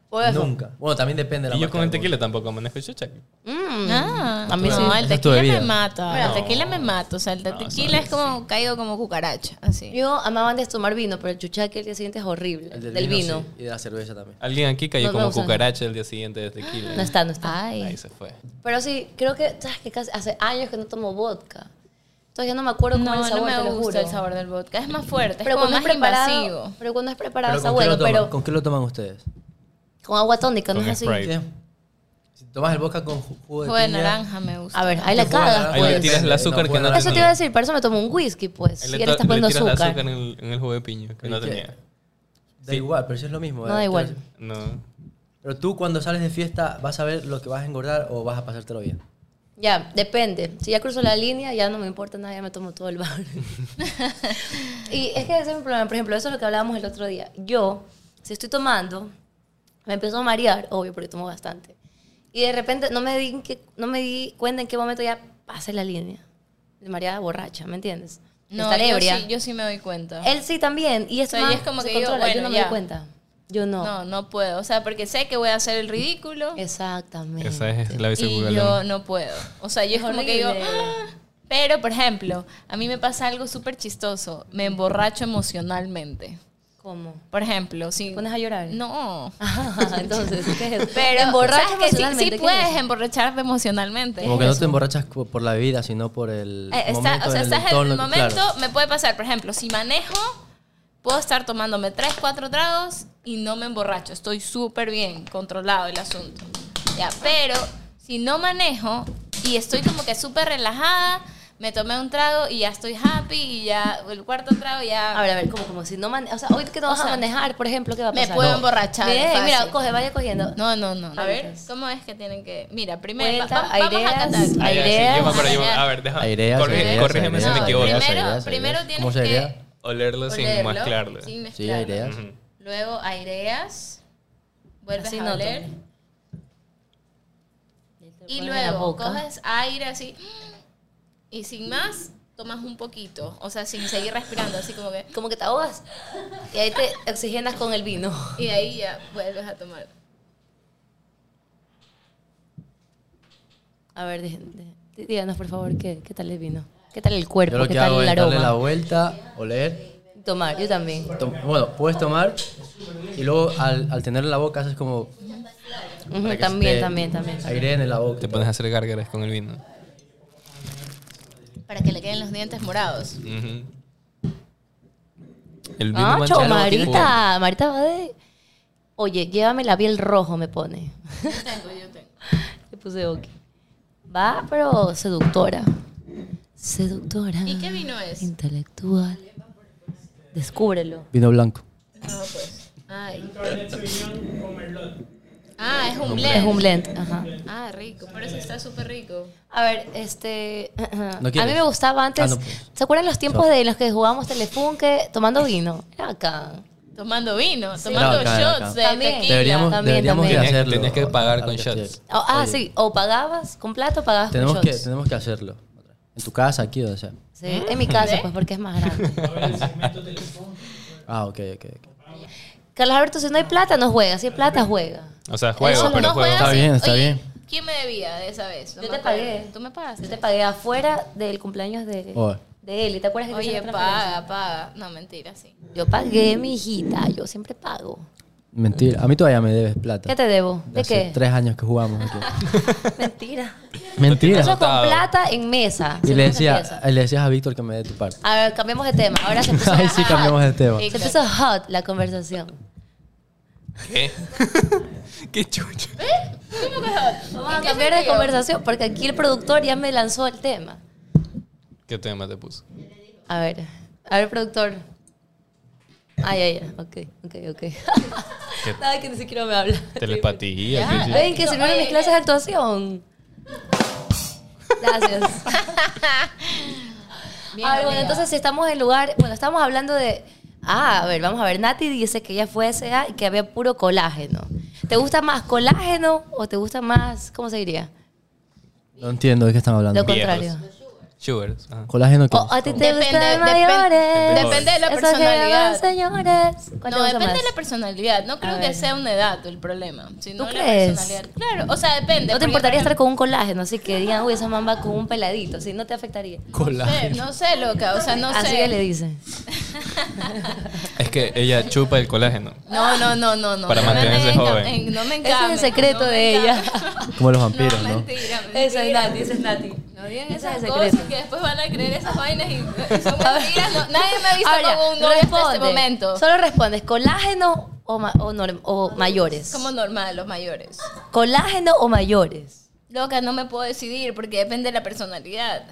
Speaker 1: Nunca. Bueno, también depende de la
Speaker 3: Y yo
Speaker 1: marca
Speaker 3: con
Speaker 1: del
Speaker 3: el tequila tampoco amanezco chucha.
Speaker 2: Mm.
Speaker 4: Ah,
Speaker 2: A mí sí.
Speaker 4: no,
Speaker 1: Esa
Speaker 4: el
Speaker 1: es tu
Speaker 4: tequila me
Speaker 1: bebida.
Speaker 4: mata.
Speaker 3: Mira.
Speaker 4: El tequila me mata. O sea, el de
Speaker 3: No,
Speaker 4: tequila es como caigo como cucaracha. Así.
Speaker 2: Yo amaba antes tomar vino, pero el chuchaque el día siguiente es horrible,
Speaker 1: El
Speaker 2: del, vino.
Speaker 1: sí, y de la cerveza también.
Speaker 3: Alguien aquí cayó
Speaker 2: No, no,
Speaker 3: como
Speaker 2: o sea, no.
Speaker 3: cucaracha el día siguiente de tequila.
Speaker 2: No está, no está.
Speaker 3: Ahí se fue.
Speaker 2: Pero sí, creo que, ¿sabes qué? Casi hace años que no tomo vodka. Entonces yo no me acuerdo cómo
Speaker 4: No,
Speaker 2: era el sabor,
Speaker 4: no
Speaker 2: te
Speaker 4: me
Speaker 2: lo
Speaker 4: gusta el
Speaker 2: juro.
Speaker 4: sabor del vodka. Es más fuerte,
Speaker 2: pero
Speaker 4: es como
Speaker 2: cuando es
Speaker 4: más
Speaker 2: preparado,
Speaker 4: invasivo.
Speaker 2: pero cuando es preparado está
Speaker 1: ¿con, qué
Speaker 2: bueno,
Speaker 1: lo toman?
Speaker 2: pero
Speaker 1: ¿Con qué lo toman ustedes?
Speaker 2: con agua tónica, no
Speaker 3: Con
Speaker 2: es así.
Speaker 3: Sprite.
Speaker 1: ¿Qué? Si tomas el vodka con ju- jugo de,
Speaker 4: Jugo de
Speaker 1: piña,
Speaker 4: naranja me gusta.
Speaker 2: A ver, ahí la
Speaker 1: Jugo de
Speaker 2: cagas,
Speaker 1: naranja,
Speaker 3: Ahí le
Speaker 2: pues.
Speaker 3: tiras el
Speaker 1: depende,
Speaker 3: azúcar
Speaker 1: no,
Speaker 3: que no
Speaker 1: jugo de
Speaker 2: Eso te iba a decir, para eso me tomo un whisky, pues.
Speaker 3: Ahí
Speaker 2: Y
Speaker 3: le
Speaker 2: ahora le
Speaker 3: to-
Speaker 2: estás poniendo
Speaker 3: tiras la
Speaker 2: azúcar.
Speaker 3: azúcar en el, en el jugo de piña que no
Speaker 1: ¿Y qué?
Speaker 3: tenía.
Speaker 1: Da igual, pero si es lo mismo.
Speaker 2: No,
Speaker 1: eh,
Speaker 2: da
Speaker 1: te-
Speaker 2: igual.
Speaker 3: No.
Speaker 1: Pero tú cuando sales de fiesta vas a ver lo que vas a engordar o vas a pasártelo bien.
Speaker 2: Ya, depende. Si ya cruzo la línea, ya no me importa nada, ya me tomo todo el bar. y es que ese es mi problema. Por ejemplo, eso es lo que hablábamos el otro día. Yo, si estoy tomando, me empiezo a marear, obvio, porque tomo bastante. Y de repente no me di, en qué- no me di cuenta en qué momento ya pasé la línea. De mareada borracha, ¿me entiendes? De
Speaker 4: No,
Speaker 2: estar
Speaker 4: yo
Speaker 2: ebria. Eh,
Speaker 4: sí, yo sí me doy cuenta.
Speaker 2: Él sí también. Y este
Speaker 4: O sea, y
Speaker 2: man
Speaker 4: es como
Speaker 2: se
Speaker 4: que digo,
Speaker 2: controla. yo
Speaker 4: bueno,
Speaker 2: no me
Speaker 4: ya.
Speaker 2: doy cuenta. Yo no.
Speaker 4: No, no puedo. O sea, porque sé que voy a hacer el ridículo
Speaker 2: Exactamente.
Speaker 3: Esa es la
Speaker 4: y
Speaker 3: bisecugalona.
Speaker 4: yo no puedo. O sea,
Speaker 2: Es
Speaker 4: yo es como que digo...
Speaker 2: horrible.
Speaker 4: "Ah". Pero, por ejemplo, a mí me pasa algo súper chistoso. Me emborracho emocionalmente.
Speaker 2: ¿Cómo?
Speaker 4: Por ejemplo, si...
Speaker 2: ¿Pones a llorar?
Speaker 4: No.
Speaker 2: Ajá, entonces, ¿qué es eso?
Speaker 4: Pero
Speaker 2: Emborrachas
Speaker 4: ¿sabes que sí- sí,
Speaker 2: emocionalmente, ¿qué es
Speaker 4: puedes
Speaker 2: eso?
Speaker 4: emborracharte emocionalmente.
Speaker 1: Como que no te emborrachas cu- por la vida, sino por el
Speaker 4: Eh, está-
Speaker 1: momento,
Speaker 4: o sea,
Speaker 1: el
Speaker 4: estás en
Speaker 1: entorno,
Speaker 4: el momento,
Speaker 1: claro.
Speaker 4: me puede pasar, por ejemplo, si manejo, puedo estar tomándome 3, 4 tragos y no me emborracho, estoy súper bien controlado el asunto. Ya, pero si no manejo y estoy como que súper relajada, me tomé un trago y ya estoy happy y ya el cuarto trago ya
Speaker 2: A ver, a ver, como, como si no manejas. O sea, hoy que no
Speaker 4: O
Speaker 2: vas
Speaker 4: sea,
Speaker 2: a manejar, por ejemplo, ¿qué va a
Speaker 4: me
Speaker 2: pasar?
Speaker 4: puedo emborrachar
Speaker 2: Bien,
Speaker 4: fácil.
Speaker 2: mira, coge, vaya cogiendo.
Speaker 4: No, no, no.
Speaker 2: A
Speaker 4: A
Speaker 2: ver,
Speaker 4: ver, ¿cómo es que tienen que...? Mira, primero va-
Speaker 2: Vuelta,
Speaker 4: va- vamos a
Speaker 2: aireas,
Speaker 4: catar.
Speaker 2: aireas.
Speaker 3: Ay, ay, Ah, sí, yo me acuerdo, yo me-
Speaker 4: Aireas.
Speaker 3: A ver, déjame.
Speaker 1: Aireas,
Speaker 3: corrí-
Speaker 1: aireas,
Speaker 3: corrígeme si me
Speaker 1: aireas,
Speaker 3: equivoco.
Speaker 1: aireas,
Speaker 4: primero-
Speaker 1: aireas,
Speaker 4: primero
Speaker 1: aireas.
Speaker 4: tienes
Speaker 1: ¿Cómo se
Speaker 4: que-
Speaker 1: airea?
Speaker 3: Olerlo sin
Speaker 4: Olerlo,
Speaker 3: mezclarlo.
Speaker 4: sin
Speaker 1: Sí,
Speaker 4: mezclarlo.
Speaker 1: aireas.
Speaker 3: Ujú.
Speaker 4: Luego aireas, vuelves
Speaker 2: Así
Speaker 4: a
Speaker 2: no
Speaker 4: oler
Speaker 2: tomo.
Speaker 4: y
Speaker 2: Pones en la
Speaker 4: luego
Speaker 2: boca.
Speaker 4: coges aire así y sin más tomas un poquito, o sea, sin seguir respirando, así como que
Speaker 2: Como que te ahogas. Y ahí te oxigenas con el vino.
Speaker 4: y de ahí ya vuelves a tomar.
Speaker 2: A ver, dejen- dejen- dí- díganos, por favor, ¿qué, qué tal el vino? ¿Qué tal el cuerpo?
Speaker 1: Yo lo
Speaker 2: ¿Qué
Speaker 1: que
Speaker 2: tal
Speaker 1: hago
Speaker 2: el
Speaker 1: es darle la
Speaker 2: aroma?
Speaker 1: vuelta, oler.
Speaker 2: Tomar, yo también.
Speaker 1: Tom- bueno, puedes tomar y luego al, al tenerlo en la boca haces como...
Speaker 2: Ujú,
Speaker 1: para que se
Speaker 2: también,
Speaker 1: te
Speaker 2: también, también.
Speaker 1: Aireen en la boca.
Speaker 3: Te pones a hacer gárgaras con el vino.
Speaker 4: Para que le queden los dientes morados.
Speaker 3: Ujú. El vino
Speaker 2: Ah,
Speaker 3: manchado
Speaker 2: cho,
Speaker 3: tiene jugo.
Speaker 2: Marita, Marita va de... Oye, llévame la piel rojo, me pone.
Speaker 4: Yo tengo, yo tengo.
Speaker 2: Le puse ok. Va, pero seductora. Seductora.
Speaker 4: ¿Y qué vino es?
Speaker 2: Intelectual. Descúbrelo.
Speaker 1: Vino blanco.
Speaker 4: No, pues. Ay. Ah, es un blend.
Speaker 2: Es un blend. Ajá.
Speaker 4: Ah, rico, pero eso está súper rico.
Speaker 2: A ver, este.
Speaker 1: ¿No
Speaker 2: a mí
Speaker 1: quieres?
Speaker 2: me gustaba antes.
Speaker 1: Ah, no, pues.
Speaker 2: ¿Se acuerdan los tiempos de los que jugábamos telefunke tomando vino? Era acá.
Speaker 4: Tomando vino, tomando
Speaker 1: Acá, acá.
Speaker 4: shots de
Speaker 2: También.
Speaker 4: tequila.
Speaker 1: Deberíamos,
Speaker 2: también,
Speaker 1: deberíamos
Speaker 2: también.
Speaker 1: de
Speaker 3: Tenías-
Speaker 1: hacerlo.
Speaker 3: tenías que pagar
Speaker 1: Ahora
Speaker 3: con
Speaker 1: que
Speaker 3: shots.
Speaker 1: estoy aquí.
Speaker 2: O- ah,
Speaker 1: Oye,
Speaker 2: sí. O pagabas con plato o pagabas
Speaker 1: Tenemos
Speaker 2: con
Speaker 1: que,
Speaker 2: shots.
Speaker 1: tenemos que hacerlo. En tu casa, aquí, o sea.
Speaker 2: Sí, en mi
Speaker 4: ¿Eh?
Speaker 2: casa, pues, porque es más grande.
Speaker 1: Ah, ok, ok. ok.
Speaker 2: Carlos Alberto, si no hay plata, no juega. Si hay plata, juega.
Speaker 3: O sea, juego,
Speaker 2: Eso
Speaker 3: pero
Speaker 4: no
Speaker 3: juego.
Speaker 4: juegas.
Speaker 1: Está
Speaker 4: sí,
Speaker 1: bien, está
Speaker 4: oye,
Speaker 1: bien.
Speaker 4: ¿Quién me debía de esa vez? No
Speaker 2: Yo
Speaker 4: me
Speaker 2: te
Speaker 4: acuerdo.
Speaker 2: pagué.
Speaker 4: ¿Tú me pagaste?
Speaker 2: Ah, Yo te pagué afuera del cumpleaños de,
Speaker 1: Oh.
Speaker 2: de él. ¿Y te acuerdas que te hice
Speaker 4: Oye,
Speaker 2: la transferencia?
Speaker 4: paga, paga. No, mentira, sí.
Speaker 2: Yo pagué, mi hijita. Yo siempre pago.
Speaker 1: Mentira, a mí todavía me debes plata.
Speaker 2: ¿Qué te debo? ¿De
Speaker 1: Hace
Speaker 2: qué?
Speaker 1: tres años que jugamos aquí.
Speaker 2: Mentira.
Speaker 1: Mentira.
Speaker 2: Eso con
Speaker 3: Anotado.
Speaker 2: plata en mesa.
Speaker 1: Y
Speaker 2: Se
Speaker 1: le
Speaker 2: puso
Speaker 1: decía,
Speaker 2: pieza.
Speaker 1: le decías a Víctor que me dé tu parte.
Speaker 2: A ver, cambiemos de tema. Ahora se puso,
Speaker 1: Ahí sí cambiamos de tema.
Speaker 2: se puso hot la conversación.
Speaker 3: ¿Qué? ¿Qué chucho?
Speaker 2: Vamos a cambiar de conversación porque aquí el productor ya me lanzó el tema.
Speaker 3: ¿Qué tema te puso?
Speaker 2: A ver, a ver, productor. Ay, ay, ay. Ok, ok, ok. Nada, que ni siquiera me habla.
Speaker 3: Telepatía.
Speaker 2: Ah,
Speaker 3: ¿qué chucho?
Speaker 2: Ven, que sirvieron mis clases
Speaker 4: eh.
Speaker 2: de actuación. Gracias.
Speaker 4: Bien,
Speaker 2: Ay, bueno,
Speaker 4: amiga.
Speaker 2: entonces si estamos en lugar, bueno, estamos hablando de, ah, a ver, vamos a ver, Nati dice que ella fue a SA y que había puro colágeno. ¿Te gusta más colágeno o te gusta más, cómo se diría?
Speaker 1: No entiendo de qué están hablando.
Speaker 2: Lo contrario.
Speaker 3: Sugars. ajá.
Speaker 1: Colágeno que...
Speaker 2: O, ¿A ti te
Speaker 4: Depende-
Speaker 2: gusta de
Speaker 4: depende-
Speaker 2: mayores?
Speaker 4: depende de la
Speaker 2: Esos que
Speaker 4: personalidad.
Speaker 2: llaman señores. ¿Cuál te
Speaker 4: No,
Speaker 2: gusta
Speaker 4: depende
Speaker 2: más?
Speaker 4: de la personalidad. No creo que
Speaker 2: ver.
Speaker 4: sea una edad el problema. Sino
Speaker 2: ¿Tú
Speaker 4: la
Speaker 2: crees?
Speaker 4: personalidad. Claro, o sea, depende.
Speaker 2: No te
Speaker 4: porque,
Speaker 2: importaría
Speaker 4: por
Speaker 2: estar con un colágeno, así que digan, uy, esa mamá con un peladito, así no te afectaría.
Speaker 4: ejemplo, No sé, no sé, loca. O sea, no
Speaker 2: así
Speaker 4: sé.
Speaker 2: que le dicen.
Speaker 3: Es que ella chupa el colágeno.
Speaker 4: No, no, no, no, no.
Speaker 3: Para
Speaker 4: No me
Speaker 3: mantenerse
Speaker 4: venga-
Speaker 3: joven.
Speaker 4: en- No me
Speaker 2: Ese es
Speaker 4: encanta.
Speaker 2: el secreto de ella.
Speaker 1: Como los
Speaker 4: No,
Speaker 1: vampiros, ¿no?
Speaker 4: mentira, mentira.
Speaker 2: Esa es Nati, esa es Nati.
Speaker 4: No digan
Speaker 2: Ese es
Speaker 4: esas
Speaker 2: el
Speaker 4: cosas
Speaker 2: secreto.
Speaker 4: que después van a creer esas vainas y, y son mentiras. No, nadie me ha visto
Speaker 2: Ahora,
Speaker 4: como un novio hasta
Speaker 2: responde.
Speaker 4: este momento.
Speaker 2: Solo respondes, ¿colágeno o, ma- o norm- o mayores?
Speaker 4: Como normal, los mayores.
Speaker 2: ¿Colágeno o mayores?
Speaker 4: Loca, no me puedo decidir porque depende de la personalidad.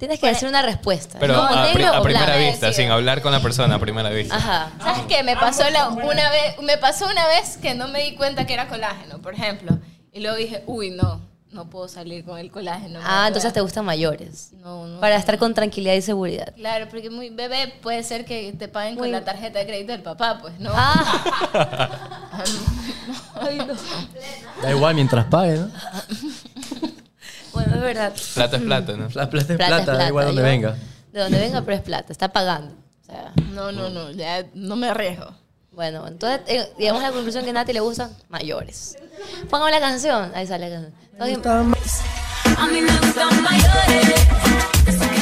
Speaker 2: Tienes que
Speaker 4: Pues-
Speaker 2: decir una respuesta.
Speaker 3: Pero
Speaker 2: ¿no?
Speaker 3: a, pri-
Speaker 2: ¿Negro
Speaker 3: a
Speaker 2: o
Speaker 3: primera
Speaker 2: blanco?
Speaker 3: vista, sin hablar con la persona a primera vista.
Speaker 2: Ajá.
Speaker 4: ¿Sabes qué? Me pasó, la, una vez, me pasó una vez que no me di cuenta que era colágeno, por ejemplo. Y luego dije, uy, no, no puedo salir con el colágeno.
Speaker 2: Ah, entonces te gustan mayores.
Speaker 4: No, no.
Speaker 2: Para estar con tranquilidad y seguridad.
Speaker 4: Claro, porque muy bebé puede ser que te paguen con
Speaker 2: Muy-
Speaker 4: la tarjeta de crédito del papá, pues, ¿no?
Speaker 2: Ah,
Speaker 1: Da igual mientras pague, ¿no?
Speaker 2: bueno, es verdad.
Speaker 3: Plata es plata, ¿no?
Speaker 1: La plata es plata,
Speaker 2: Plata es
Speaker 1: da
Speaker 2: plata,
Speaker 1: igual donde
Speaker 2: yo-
Speaker 1: venga.
Speaker 2: De donde venga, pero es plata. Está pagando. O sea,
Speaker 4: No, no, no, ya no me arriesgo.
Speaker 2: Bueno, entonces eh, llegamos a la conclusión que a Nati le gustan mayores. Pongamos la canción. Ahí sale la canción.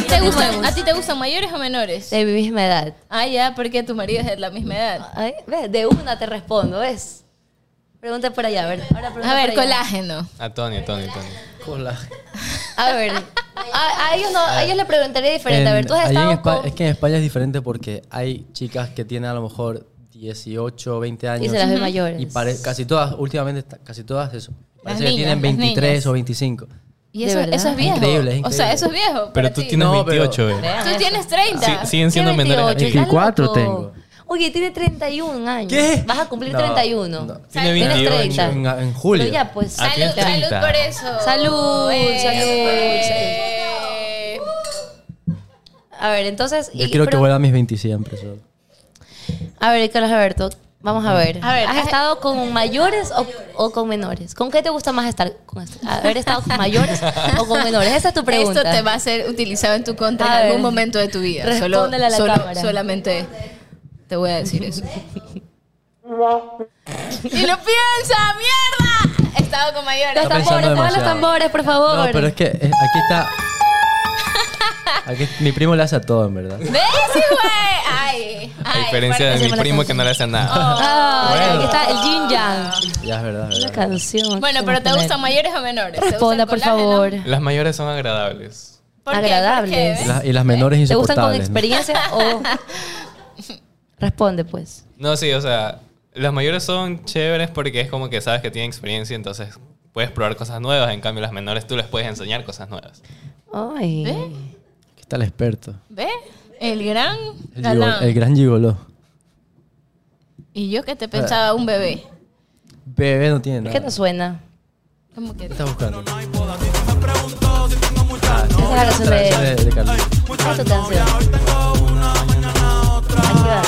Speaker 4: ¿Te gustan, ¿A ti te gustan mayores o menores?
Speaker 2: De mi misma edad.
Speaker 4: Ah, ya, porque tu marido es de la misma edad.
Speaker 2: Ay, ve, de una te respondo, ¿ves? Pregunta por allá, a ver. Ahora pregunta
Speaker 4: A ver,
Speaker 2: por allá.
Speaker 4: colágeno.
Speaker 3: A Ah, Tony, Tony, Tony.
Speaker 1: Colágeno.
Speaker 2: A ver. A, a ellos no, a ellos le preguntaría diferente. a ver, tú has
Speaker 1: ahí en
Speaker 2: estado
Speaker 1: Espa-
Speaker 2: con-
Speaker 1: Es que en España es diferente porque hay chicas que tienen a lo mejor 18, 20 años.
Speaker 2: Y se las ve mayores.
Speaker 1: Y pare- casi todas, últimamente está- casi todas eso. Parece que
Speaker 4: niñas,
Speaker 1: tienen
Speaker 4: las
Speaker 1: 23
Speaker 4: niñas.
Speaker 1: o 25.
Speaker 4: Y
Speaker 2: ¿De
Speaker 4: eso,
Speaker 2: verdad?
Speaker 4: eso es viejo.
Speaker 1: Increíble, es
Speaker 4: O sea,
Speaker 1: increíble.
Speaker 4: eso es viejo.
Speaker 3: Pero
Speaker 4: para
Speaker 3: tú
Speaker 4: ti.
Speaker 3: tienes
Speaker 1: No, pero-
Speaker 3: 28, eh.
Speaker 2: Vean
Speaker 4: Tú
Speaker 2: eso.
Speaker 4: tienes 30.
Speaker 3: Sí, siguen siendo
Speaker 2: Tiene
Speaker 3: menores a
Speaker 2: 28,
Speaker 3: mí.
Speaker 1: ¿estás 24
Speaker 2: loco?
Speaker 1: tengo.
Speaker 2: Oye, tiene 31 años.
Speaker 1: ¿Qué?
Speaker 2: Vas a cumplir
Speaker 1: No,
Speaker 2: 31.
Speaker 1: no.
Speaker 3: Tiene
Speaker 2: Tienes
Speaker 3: 28.
Speaker 2: 30.
Speaker 1: En, en julio.
Speaker 2: Pero ya, pues.
Speaker 3: Ah,
Speaker 4: Salud,
Speaker 3: tienes
Speaker 4: salud
Speaker 3: 30.
Speaker 4: por eso.
Speaker 2: Salud,
Speaker 4: Eh,
Speaker 2: salud, A ver, entonces.
Speaker 1: Yo
Speaker 2: y-
Speaker 1: quiero que
Speaker 2: pero-
Speaker 1: vuelva a mis 20 siempre. solo.
Speaker 2: A ver, Carlos Alberto, vamos a ver.
Speaker 4: A ver,
Speaker 2: ¿Has
Speaker 4: has-
Speaker 2: estado con mayores o, o con menores? ¿Con qué te gusta más estar? ¿Con est- ¿Haber estado con mayores o con menores? Esa es tu pregunta.
Speaker 4: Esto te va a ser utilizado en tu contra
Speaker 2: A
Speaker 4: en
Speaker 2: ver.
Speaker 4: algún momento de tu vida. Solo-
Speaker 2: Respóndele a la
Speaker 4: solo-
Speaker 2: cámara.
Speaker 4: Solamente te voy a decir eso. ¡Y lo piensa! ¡Mierda! He estado con mayores.
Speaker 2: Los
Speaker 1: Está
Speaker 2: tambores,
Speaker 1: pensando
Speaker 2: pongan los
Speaker 1: demasiado.
Speaker 2: tambores, por
Speaker 1: No,
Speaker 2: favor.
Speaker 1: pero es que eh, aquí está. Aquí, mi primo le hace a todo, en verdad.
Speaker 4: ¿Ves, güey? Ay,
Speaker 3: A
Speaker 4: ay,
Speaker 3: diferencia de
Speaker 2: fuerte.
Speaker 3: mi primo que no le hace nada.
Speaker 2: Ah,
Speaker 1: Bueno.
Speaker 2: Aquí está el Jin Yang.
Speaker 1: Ya es verdad, es
Speaker 2: Una
Speaker 1: verdad.
Speaker 2: canción.
Speaker 4: Bueno, pero ¿te gustan mayores o menores? ¿Te
Speaker 2: Responda,
Speaker 4: gustan
Speaker 2: por
Speaker 4: colágeno?
Speaker 2: favor.
Speaker 3: Las mayores son agradables.
Speaker 4: ¿Por qué? ¿Por qué?
Speaker 2: Agradables.
Speaker 1: Y las- y las menores
Speaker 2: ¿Te gustan con
Speaker 1: insoportables. ¿no?
Speaker 2: experiencia o.? Responde, pues.
Speaker 3: No, sí, o sea, las mayores son chéveres porque es como que sabes que tienen experiencia, entonces puedes probar cosas nuevas. En cambio, las menores tú les puedes enseñar cosas nuevas.
Speaker 2: Ay.
Speaker 4: ¿Ve?
Speaker 1: Aquí está el experto.
Speaker 4: ¿Ve? El gran
Speaker 1: El,
Speaker 4: galán.
Speaker 1: gigol- el gran gigoló.
Speaker 4: Y yo que te pensaba un bebé.
Speaker 1: Bebé no tiene
Speaker 2: Es
Speaker 1: nada.
Speaker 2: que no suena.
Speaker 4: Como que...
Speaker 1: ¿Qué estás buscando?
Speaker 2: Esa es la canción de
Speaker 1: Canción de- de Carlos.
Speaker 2: Esa es tu canción. Aquí va.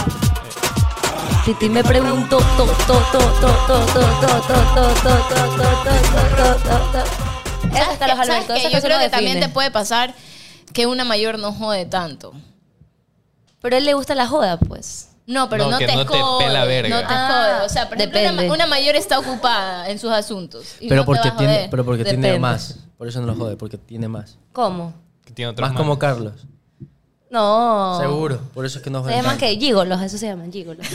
Speaker 2: Titi me preguntó, to, to, to, to, to, to, to, to, to, to, to, to, to, to, to, to. Esa es Carlos
Speaker 4: ¿Sabes
Speaker 2: Alberto,
Speaker 4: qué?
Speaker 2: esa
Speaker 4: Yo
Speaker 2: canción
Speaker 4: creo
Speaker 2: no
Speaker 4: que también
Speaker 2: define.
Speaker 4: te puede pasar que una mayor no jode tanto.
Speaker 2: Pero a él le gusta la joda, pues.
Speaker 4: No, pero
Speaker 3: No,
Speaker 4: no,
Speaker 3: que
Speaker 4: te
Speaker 3: no te
Speaker 4: jode,
Speaker 3: pela verga.
Speaker 4: No te
Speaker 2: Ah,
Speaker 4: jode. O sea, por ejemplo, una,
Speaker 2: depende.
Speaker 4: una mayor está ocupada en sus asuntos. y
Speaker 1: Pero
Speaker 4: no te va
Speaker 1: porque,
Speaker 4: a
Speaker 1: tiene,
Speaker 4: joder.
Speaker 1: pero porque tiene
Speaker 2: Depende.
Speaker 1: más. Por eso no lo jode, porque tiene más.
Speaker 2: ¿Cómo?
Speaker 3: Que tiene otros
Speaker 1: Más como
Speaker 3: manes.
Speaker 1: Carlos.
Speaker 4: Oh.
Speaker 2: No.
Speaker 1: Seguro. Por eso es que no
Speaker 2: Se
Speaker 1: jode.
Speaker 2: llaman
Speaker 1: tanto.
Speaker 2: que gigolos, eso se llaman gigolos.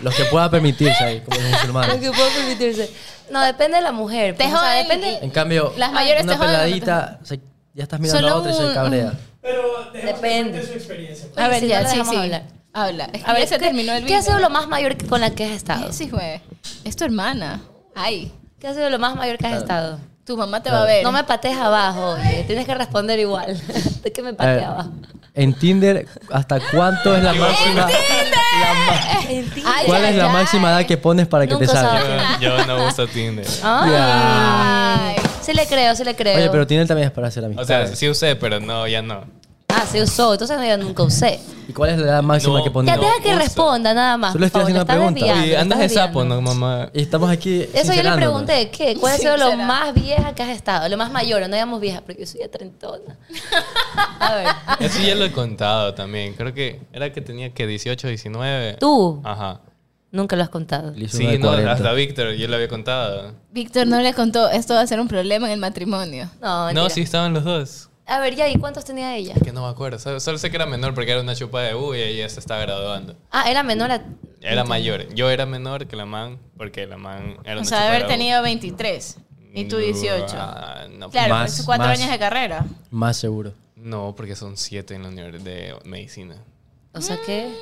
Speaker 1: Los que pueda permitirse ahí, como los
Speaker 2: Lo
Speaker 1: musulmanes.
Speaker 2: que puedo permitirse. No, depende de la mujer.
Speaker 4: Te
Speaker 2: pues, o sea,
Speaker 4: joden
Speaker 2: depende.
Speaker 1: En cambio,
Speaker 4: Las mayores
Speaker 1: una
Speaker 4: te joden,
Speaker 1: peladita, se- ya estás mirando
Speaker 4: Solo
Speaker 1: a otra y se
Speaker 4: un-
Speaker 1: cabrea.
Speaker 6: Pero dejemos que
Speaker 2: Depende.
Speaker 6: cuente su experiencia.
Speaker 2: Oye,
Speaker 4: A ver,
Speaker 2: si no
Speaker 4: ya,
Speaker 2: la
Speaker 4: sí,
Speaker 2: dejamos
Speaker 4: sí.
Speaker 2: hablar.
Speaker 4: Habla. Es que
Speaker 2: A ver,
Speaker 4: ya se
Speaker 2: ¿qué-
Speaker 4: terminó el
Speaker 2: ¿Qué
Speaker 4: video.
Speaker 2: ha sido lo más mayor que- con la que has estado?
Speaker 4: Sí, güey. Es tu hermana. Ay,
Speaker 2: ¿Qué ha sido lo más mayor que has estado?
Speaker 4: tu mamá te
Speaker 1: Claro.
Speaker 4: va a ver.
Speaker 2: No me patees abajo, oye. Tienes que responder igual. ¿De qué me
Speaker 1: A ver,
Speaker 3: Eh.
Speaker 2: patees abajo?
Speaker 1: en Tinder, ¿hasta cuánto es la máxima? la ma-
Speaker 2: Ay,
Speaker 1: ¿Cuál
Speaker 4: ay,
Speaker 1: es la
Speaker 4: ay.
Speaker 1: máxima edad que pones para que te
Speaker 2: Nunca
Speaker 1: salga?
Speaker 2: sabes.
Speaker 3: Yo, yo no uso Tinder.
Speaker 2: Ay. Sí le creo, sí le creo.
Speaker 1: Oye, pero Tinder también es para hacer
Speaker 3: O sea,
Speaker 1: amistades.
Speaker 3: sí usé, pero no, ya no.
Speaker 2: Ah, se usó. Entonces no, yo nunca usé.
Speaker 1: ¿Y cuál es la edad máxima
Speaker 3: No,
Speaker 1: que pones?
Speaker 2: Ya
Speaker 3: No,
Speaker 2: deja que
Speaker 3: uso.
Speaker 2: responda nada más.
Speaker 1: Solo estoy
Speaker 2: por favor,
Speaker 1: haciendo una
Speaker 2: te estás
Speaker 1: pregunta.
Speaker 2: desviando,
Speaker 3: Oye,
Speaker 2: te
Speaker 3: andas de
Speaker 2: estás
Speaker 3: sapo,
Speaker 2: desviando.
Speaker 3: ¿no, mamá?
Speaker 1: Y estamos aquí
Speaker 2: Eso yo le
Speaker 1: sincerándonos.
Speaker 2: pregunté, ¿qué? ¿Cuál ha sido lo
Speaker 4: Sincerándonos.
Speaker 2: más vieja que has estado? Lo más mayor, no digamos vieja, porque yo soy ya trentona. A ver,
Speaker 3: Eso ya lo he contado también. Creo que era que tenía que 18, 19.
Speaker 2: tú
Speaker 3: Ajá.
Speaker 2: nunca lo has contado.
Speaker 1: Le hice una
Speaker 3: Sí,
Speaker 1: de
Speaker 3: no,
Speaker 1: 40.
Speaker 3: hasta Víctor, yo lo había contado.
Speaker 4: Víctor no le contó. Esto va a ser un problema en el matrimonio.
Speaker 2: No,
Speaker 3: No,
Speaker 2: mentira.
Speaker 3: sí estaban los dos.
Speaker 2: A ver, ya, ¿y cuántos tenía ella?
Speaker 3: Que no me acuerdo. Solo, solo sé que era menor porque era una chupa de bulla y ella se estaba graduando.
Speaker 2: Ah, era menor a...
Speaker 3: Era mayor. Yo era menor que la man porque la man era una chupa
Speaker 4: O sea, debe haber
Speaker 3: de
Speaker 4: tenido 23 y tú 18.
Speaker 3: Ah, no,
Speaker 4: Claro,
Speaker 1: Más,
Speaker 4: pues cuatro
Speaker 1: más.
Speaker 4: años de carrera.
Speaker 1: Más seguro.
Speaker 3: no, porque son 7 en la universidad de medicina.
Speaker 2: O sea que...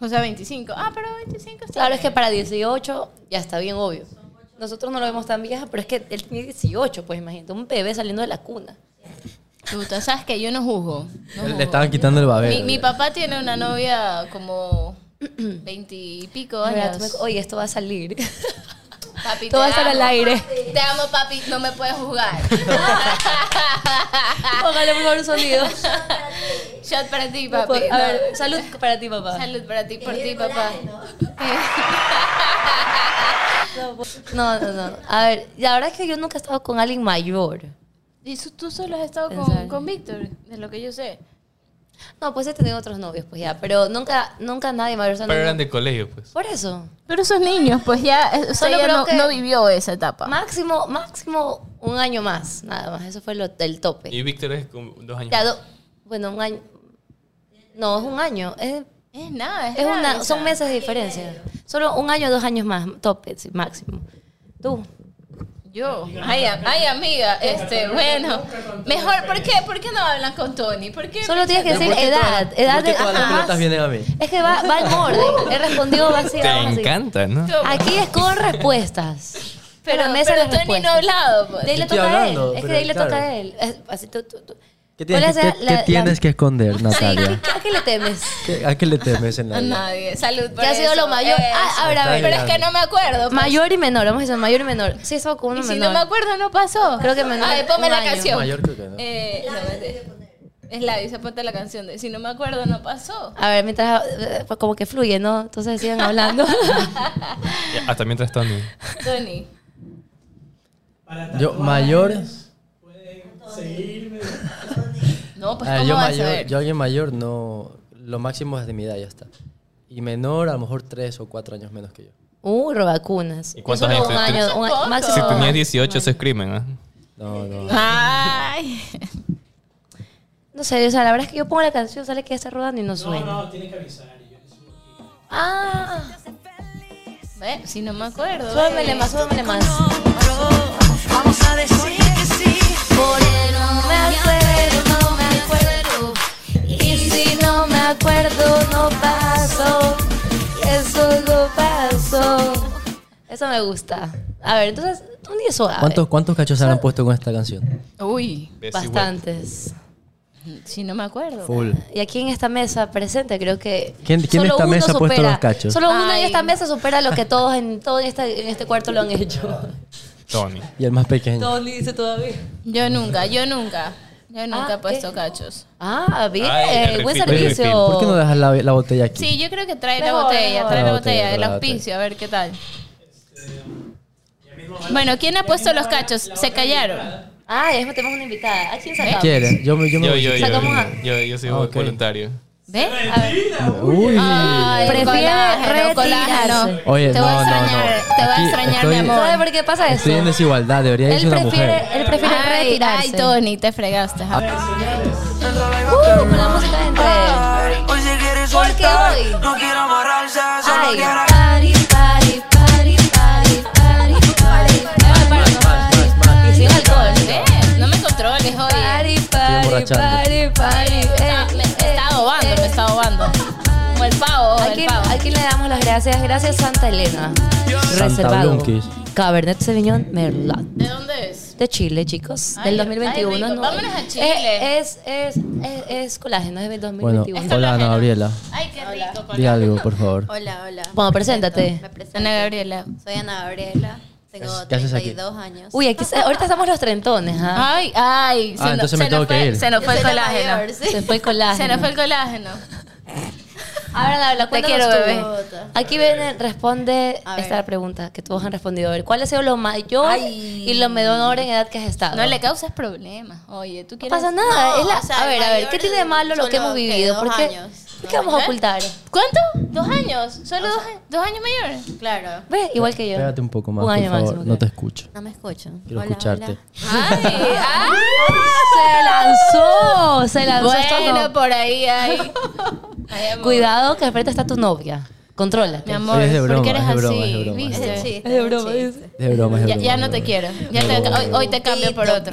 Speaker 4: O sea, 25. Ah, pero 25 está
Speaker 2: Claro, es que
Speaker 4: bien.
Speaker 2: para 18 ya está bien obvio. Nosotros no lo vemos tan vieja, pero es que él tiene 18, pues imagínate, un bebé saliendo de la cuna.
Speaker 4: Puta, sabes que yo no juzgo. no
Speaker 1: Le
Speaker 4: juzgo.
Speaker 1: estaban quitando el babel.
Speaker 4: Mi, mi papá tiene una novia como 20 y pico
Speaker 2: De verdad,
Speaker 4: años.
Speaker 2: tú me- Oye, esto va a salir.
Speaker 4: Papi, te
Speaker 2: Todo va a estar
Speaker 4: amo.
Speaker 2: al aire.
Speaker 4: Te amo, papi. No me puedes juzgar.
Speaker 2: Póngale por favor un sonido.
Speaker 4: Shot para ti,
Speaker 2: A
Speaker 4: papi. No.
Speaker 2: ver, salud para ti, papá.
Speaker 4: Salud para ti, por ti, papá.
Speaker 2: No, no, no. A ver, la verdad es que yo nunca he estado con alguien mayor.
Speaker 4: ¿Y su- tú solo has estado
Speaker 2: Pensar.
Speaker 4: con, con Víctor? De lo que yo sé.
Speaker 2: No, pues he tenido otros novios, pues ya. Pero nunca, nunca nadie mayor. o sea,
Speaker 3: Pero
Speaker 2: no-
Speaker 3: eran de colegio, pues.
Speaker 2: Por eso.
Speaker 4: Pero esos niños, pues ya, eh, o sea,
Speaker 2: Solo
Speaker 4: ella
Speaker 2: creo
Speaker 4: no,
Speaker 2: que-
Speaker 4: no vivió esa etapa.
Speaker 2: Máximo, máximo un año más, nada más. Eso fue lo, el tope.
Speaker 3: Y Víctor es como dos años.
Speaker 2: Ya do- bueno, un año. No, es un año. Es,
Speaker 4: es nada, es,
Speaker 2: es
Speaker 4: nada,
Speaker 2: una,
Speaker 4: o
Speaker 2: son
Speaker 4: sea.
Speaker 2: meses de diferencia. Solo un año, dos años más, tope, sí, máximo. Tú.
Speaker 4: Yo. Ay, a- ay, amiga, este, bueno. Mejor, ¿por qué? ¿Por qué no hablan con Tony? ¿Por qué?
Speaker 2: Solo tienes que decir edad. edad
Speaker 1: ¿Por qué
Speaker 2: de,
Speaker 1: todas las
Speaker 2: ajá,
Speaker 1: pelotas vienen a mí?
Speaker 2: Es que va, va en orden. He respondido va así,
Speaker 3: Te
Speaker 2: vamos así.
Speaker 3: encanta, ¿no?
Speaker 2: Aquí es con respuestas.
Speaker 4: Pero,
Speaker 2: Con
Speaker 4: pero,
Speaker 2: mesa las
Speaker 4: Tony no ha
Speaker 2: respuestas.
Speaker 4: hablado, pues.
Speaker 2: De ahí le
Speaker 1: Estoy
Speaker 2: toca
Speaker 1: hablando,
Speaker 2: a él. Es que
Speaker 1: pero
Speaker 2: de ahí le
Speaker 1: claro.
Speaker 2: toca a él. Es- Así tú, tú, tú.
Speaker 1: ¿Qué
Speaker 2: ¿Cuál
Speaker 1: tienes,
Speaker 2: es la-
Speaker 1: qué-
Speaker 2: la-
Speaker 1: qué tienes
Speaker 2: la-
Speaker 1: que esconder,
Speaker 2: Sí,
Speaker 1: Natalia?
Speaker 2: ¿qué- ¿a qué le temes?
Speaker 1: ¿Qué- ¿A qué le temes en la
Speaker 4: A
Speaker 1: vida?
Speaker 4: nadie. Salud por
Speaker 2: ¿Qué ha sido
Speaker 4: eso,
Speaker 2: lo mayor?
Speaker 4: eso.
Speaker 2: Ah, a ver, a ver.
Speaker 4: pero es que no me acuerdo. pues.
Speaker 2: Mayor y menor, vamos a decir mayor y menor. Sí, estaba con uno
Speaker 4: Y si
Speaker 2: menor.
Speaker 4: no me acuerdo, no pasó.
Speaker 2: Creo que menor
Speaker 4: A ver, ponme
Speaker 2: un
Speaker 4: la
Speaker 2: año.
Speaker 4: canción.
Speaker 1: Mayor creo que no.
Speaker 4: Eh, no, es la dice, ponte la canción de Si no me acuerdo, no pasó.
Speaker 2: A ver, mientras eh, pues, como que fluye, ¿no? Entonces sigan hablando.
Speaker 3: Ya, Hasta mientras Tony.
Speaker 4: Tony.
Speaker 6: Para
Speaker 1: Yo,
Speaker 6: tatuajes,
Speaker 4: pues,
Speaker 1: mayores.
Speaker 6: Pueden seguirme.
Speaker 4: No, pues
Speaker 1: A ver,
Speaker 4: cómo
Speaker 1: ah, yo,
Speaker 4: vas a
Speaker 1: mayor,
Speaker 4: ver.
Speaker 1: yo alguien mayor no... Lo máximo es de mi edad, ya está. Y menor, a lo mejor tres o cuatro años menos que yo.
Speaker 2: Uh, robacunas.
Speaker 3: ¿Y cuántos años
Speaker 2: Un
Speaker 3: tenés?
Speaker 2: año, un año,
Speaker 4: Poco.
Speaker 2: máximo.
Speaker 4: Si
Speaker 3: Si tenías 18, eso es crimen, ¿ah?
Speaker 1: No, no.
Speaker 4: Ay.
Speaker 2: No sé, o sea, la verdad es que yo pongo la canción, sale que ya está rodando y no
Speaker 6: No,
Speaker 2: suena.
Speaker 6: no, tienes que avisar. y yo les subo aquí.
Speaker 2: Ah,
Speaker 4: Ve, si no me acuerdo.
Speaker 2: súbamele
Speaker 4: eh.
Speaker 2: más, súbamele más.
Speaker 7: Vamos a decir que sí.
Speaker 2: Porque no me acuerdo, no me acuerdo. Y si no me acuerdo, no paso. Eso no pasó. Eso me gusta. A ver, entonces, un 10 suave.
Speaker 1: ¿Cuántos, ¿Cuántos cachos se han puesto con esta canción?
Speaker 4: Uy,
Speaker 2: Bastantes.
Speaker 4: si no me acuerdo.
Speaker 1: Full.
Speaker 2: Y aquí en esta mesa presente creo que
Speaker 1: ¿Quién- quién en
Speaker 2: solo
Speaker 1: esta
Speaker 2: uno
Speaker 1: mesa ha puesto
Speaker 2: supera-
Speaker 1: los cachos?
Speaker 2: Solo uno en
Speaker 4: Ay.
Speaker 2: esta mesa supera lo que todos en todo en este, en este cuarto lo han hecho.
Speaker 3: Tony.
Speaker 1: Y el más pequeño.
Speaker 2: Tony dice todavía.
Speaker 4: Yo nunca, yo nunca. Yo nunca
Speaker 2: Ah,
Speaker 4: he puesto
Speaker 2: ¿qué?
Speaker 4: cachos.
Speaker 2: Ah, bien,
Speaker 3: Ay, el
Speaker 2: buen
Speaker 3: refil, el
Speaker 2: servicio.
Speaker 3: refil.
Speaker 1: ¿Por qué no dejas la, la botella aquí?
Speaker 4: Sí, yo creo que trae la
Speaker 2: Mejor,
Speaker 4: botella,
Speaker 2: mejor.
Speaker 4: trae
Speaker 1: La botella,
Speaker 4: la botella, el
Speaker 1: la botella.
Speaker 4: auspicio, a ver qué tal. Bueno, ¿quién ha puesto los cachos? Se callaron.
Speaker 2: Ah, ya mismo tenemos una invitada. ¿A quién sacamos?
Speaker 1: ¿Quieres? Yo, me- yo me
Speaker 3: Yo,
Speaker 1: voy.
Speaker 3: yo, yo.
Speaker 2: Sacamos a-
Speaker 3: Yo, yo soy
Speaker 1: Ah, ok.
Speaker 3: voluntario.
Speaker 4: ¿Ve? A ver.
Speaker 6: Mentira,
Speaker 5: Uy.
Speaker 4: Ay,
Speaker 2: Prefiere
Speaker 4: colágeno, colágeno.
Speaker 2: retirarse.
Speaker 1: Oye,
Speaker 4: Te
Speaker 1: no,
Speaker 4: voy a
Speaker 1: no,
Speaker 4: extrañar,
Speaker 1: no.
Speaker 4: te voy
Speaker 1: Aquí
Speaker 4: a extrañar,
Speaker 1: estoy-
Speaker 4: mi amor.
Speaker 2: ¿Sabe por qué pasa eso?
Speaker 1: Estoy en desigualdad, debería irse
Speaker 2: Él
Speaker 1: una
Speaker 2: prefiere,
Speaker 1: mujer.
Speaker 2: él prefiere
Speaker 4: Ay,
Speaker 2: retirarse.
Speaker 4: Ay, Tony, te fregaste. ajá.
Speaker 2: Uh, con la música de entre.
Speaker 7: Hoy se quiere
Speaker 2: ¿Por qué
Speaker 7: soltar,
Speaker 2: hoy?
Speaker 7: no quiero amarrarse, solo
Speaker 2: Ay,
Speaker 7: quiero
Speaker 2: party, party, party, party, party, party, party,
Speaker 4: Mal,
Speaker 1: mal, mal, mal.
Speaker 2: Y sin alcohol, ¿eh?
Speaker 4: Eh, No me controles hoy.
Speaker 2: Party, party, party,
Speaker 1: emborrachando.
Speaker 2: party, eh,
Speaker 4: Me
Speaker 2: eh,
Speaker 4: está ahogando, me
Speaker 2: eh.
Speaker 4: está ahogando. Como el pavo, el
Speaker 2: Aquí,
Speaker 4: pavo.
Speaker 2: aquí le damos las gracias, gracias Santa Elena. Reservado.
Speaker 1: Blunkis.
Speaker 2: Cabernet Sauvignon Merlot.
Speaker 4: ¿De dónde es?
Speaker 2: De Chile, chicos.
Speaker 4: Ay,
Speaker 2: del
Speaker 4: ay,
Speaker 2: 2021.
Speaker 4: rico.
Speaker 2: no.
Speaker 4: Vámonos a Chile.
Speaker 2: Es, es, es, es, es colágeno, es del
Speaker 1: Bueno,
Speaker 2: 2021.
Speaker 4: Esto
Speaker 1: hola
Speaker 4: no es
Speaker 1: Ana
Speaker 4: nada.
Speaker 1: Gabriela.
Speaker 4: Ay, qué rico.
Speaker 1: Di algo, por favor.
Speaker 8: Hola, hola.
Speaker 2: Bueno, preséntate.
Speaker 8: Me presento.
Speaker 4: Ana Gabriela.
Speaker 8: Soy Ana Gabriela. Tengo
Speaker 1: ¿Qué haces aquí?
Speaker 8: 32 años.
Speaker 2: Uy, aquí, se- ahorita estamos los trentones, ¿ah?
Speaker 4: Ay, ay.
Speaker 1: Ah, entonces me tengo
Speaker 4: nos
Speaker 1: que
Speaker 4: fue-
Speaker 1: ir.
Speaker 4: Se nos
Speaker 8: Yo
Speaker 4: fue el
Speaker 8: soy la
Speaker 4: colágeno.
Speaker 8: mayor, sí.
Speaker 2: Se fue el colágeno.
Speaker 4: Se nos fue el colágeno.
Speaker 2: Ahora la
Speaker 4: Te quiero, bebé.
Speaker 2: Aquí viene, responde
Speaker 8: A ver.
Speaker 2: esta pregunta que todos han respondido. A ver, ¿cuál ha sido lo mayor
Speaker 8: Ay.
Speaker 2: y lo menor en edad que has estado?
Speaker 4: No le causas problemas. Oye, tú
Speaker 2: No
Speaker 4: quieres.
Speaker 2: pasa nada.
Speaker 8: No,
Speaker 2: es la-
Speaker 8: o sea,
Speaker 2: a ver, a ver,
Speaker 8: mayor
Speaker 2: ¿qué tiene de malo lo que
Speaker 8: solo,
Speaker 2: hemos
Speaker 8: ¿qué?
Speaker 2: vivido?
Speaker 8: Dos
Speaker 2: ¿Por qué,
Speaker 8: años.
Speaker 2: ¿por qué vamos a
Speaker 4: ¿Eh?
Speaker 2: ocultar?
Speaker 4: ¿Cuánto? ¿Dos años? ¿Solo dos, a- dos años mayor?
Speaker 8: Claro.
Speaker 2: Ve, igual que yo.
Speaker 1: Pégate un poco más,
Speaker 2: Un
Speaker 1: por
Speaker 2: año
Speaker 1: favor.
Speaker 2: máximo,
Speaker 1: No te
Speaker 2: creo.
Speaker 1: escucho.
Speaker 8: No me escucho.
Speaker 1: Quiero
Speaker 8: Hola,
Speaker 1: escucharte.
Speaker 8: hola.
Speaker 4: Ay, ay.
Speaker 2: ¡Ah! Se lanzó, se lanzó. esto
Speaker 4: Bueno,
Speaker 2: no.
Speaker 4: por ahí hay. Ay,
Speaker 8: pues,
Speaker 4: amor.
Speaker 2: Cuidado que al frente está tu novia. Contrólate.
Speaker 4: Mi amor,
Speaker 1: Es de
Speaker 4: ¿por
Speaker 1: broma,
Speaker 4: qué eres
Speaker 1: es de broma,
Speaker 4: así?
Speaker 1: es de broma, es de
Speaker 4: ¿Viste?
Speaker 1: broma.
Speaker 8: Sí,
Speaker 2: Es de broma, dice.
Speaker 1: De broma, es de
Speaker 4: Ya,
Speaker 1: broma,
Speaker 4: ya
Speaker 1: de
Speaker 4: no te
Speaker 1: broma.
Speaker 4: quiero. Ya te-
Speaker 1: broma.
Speaker 4: hoy, hoy te cambio por otro.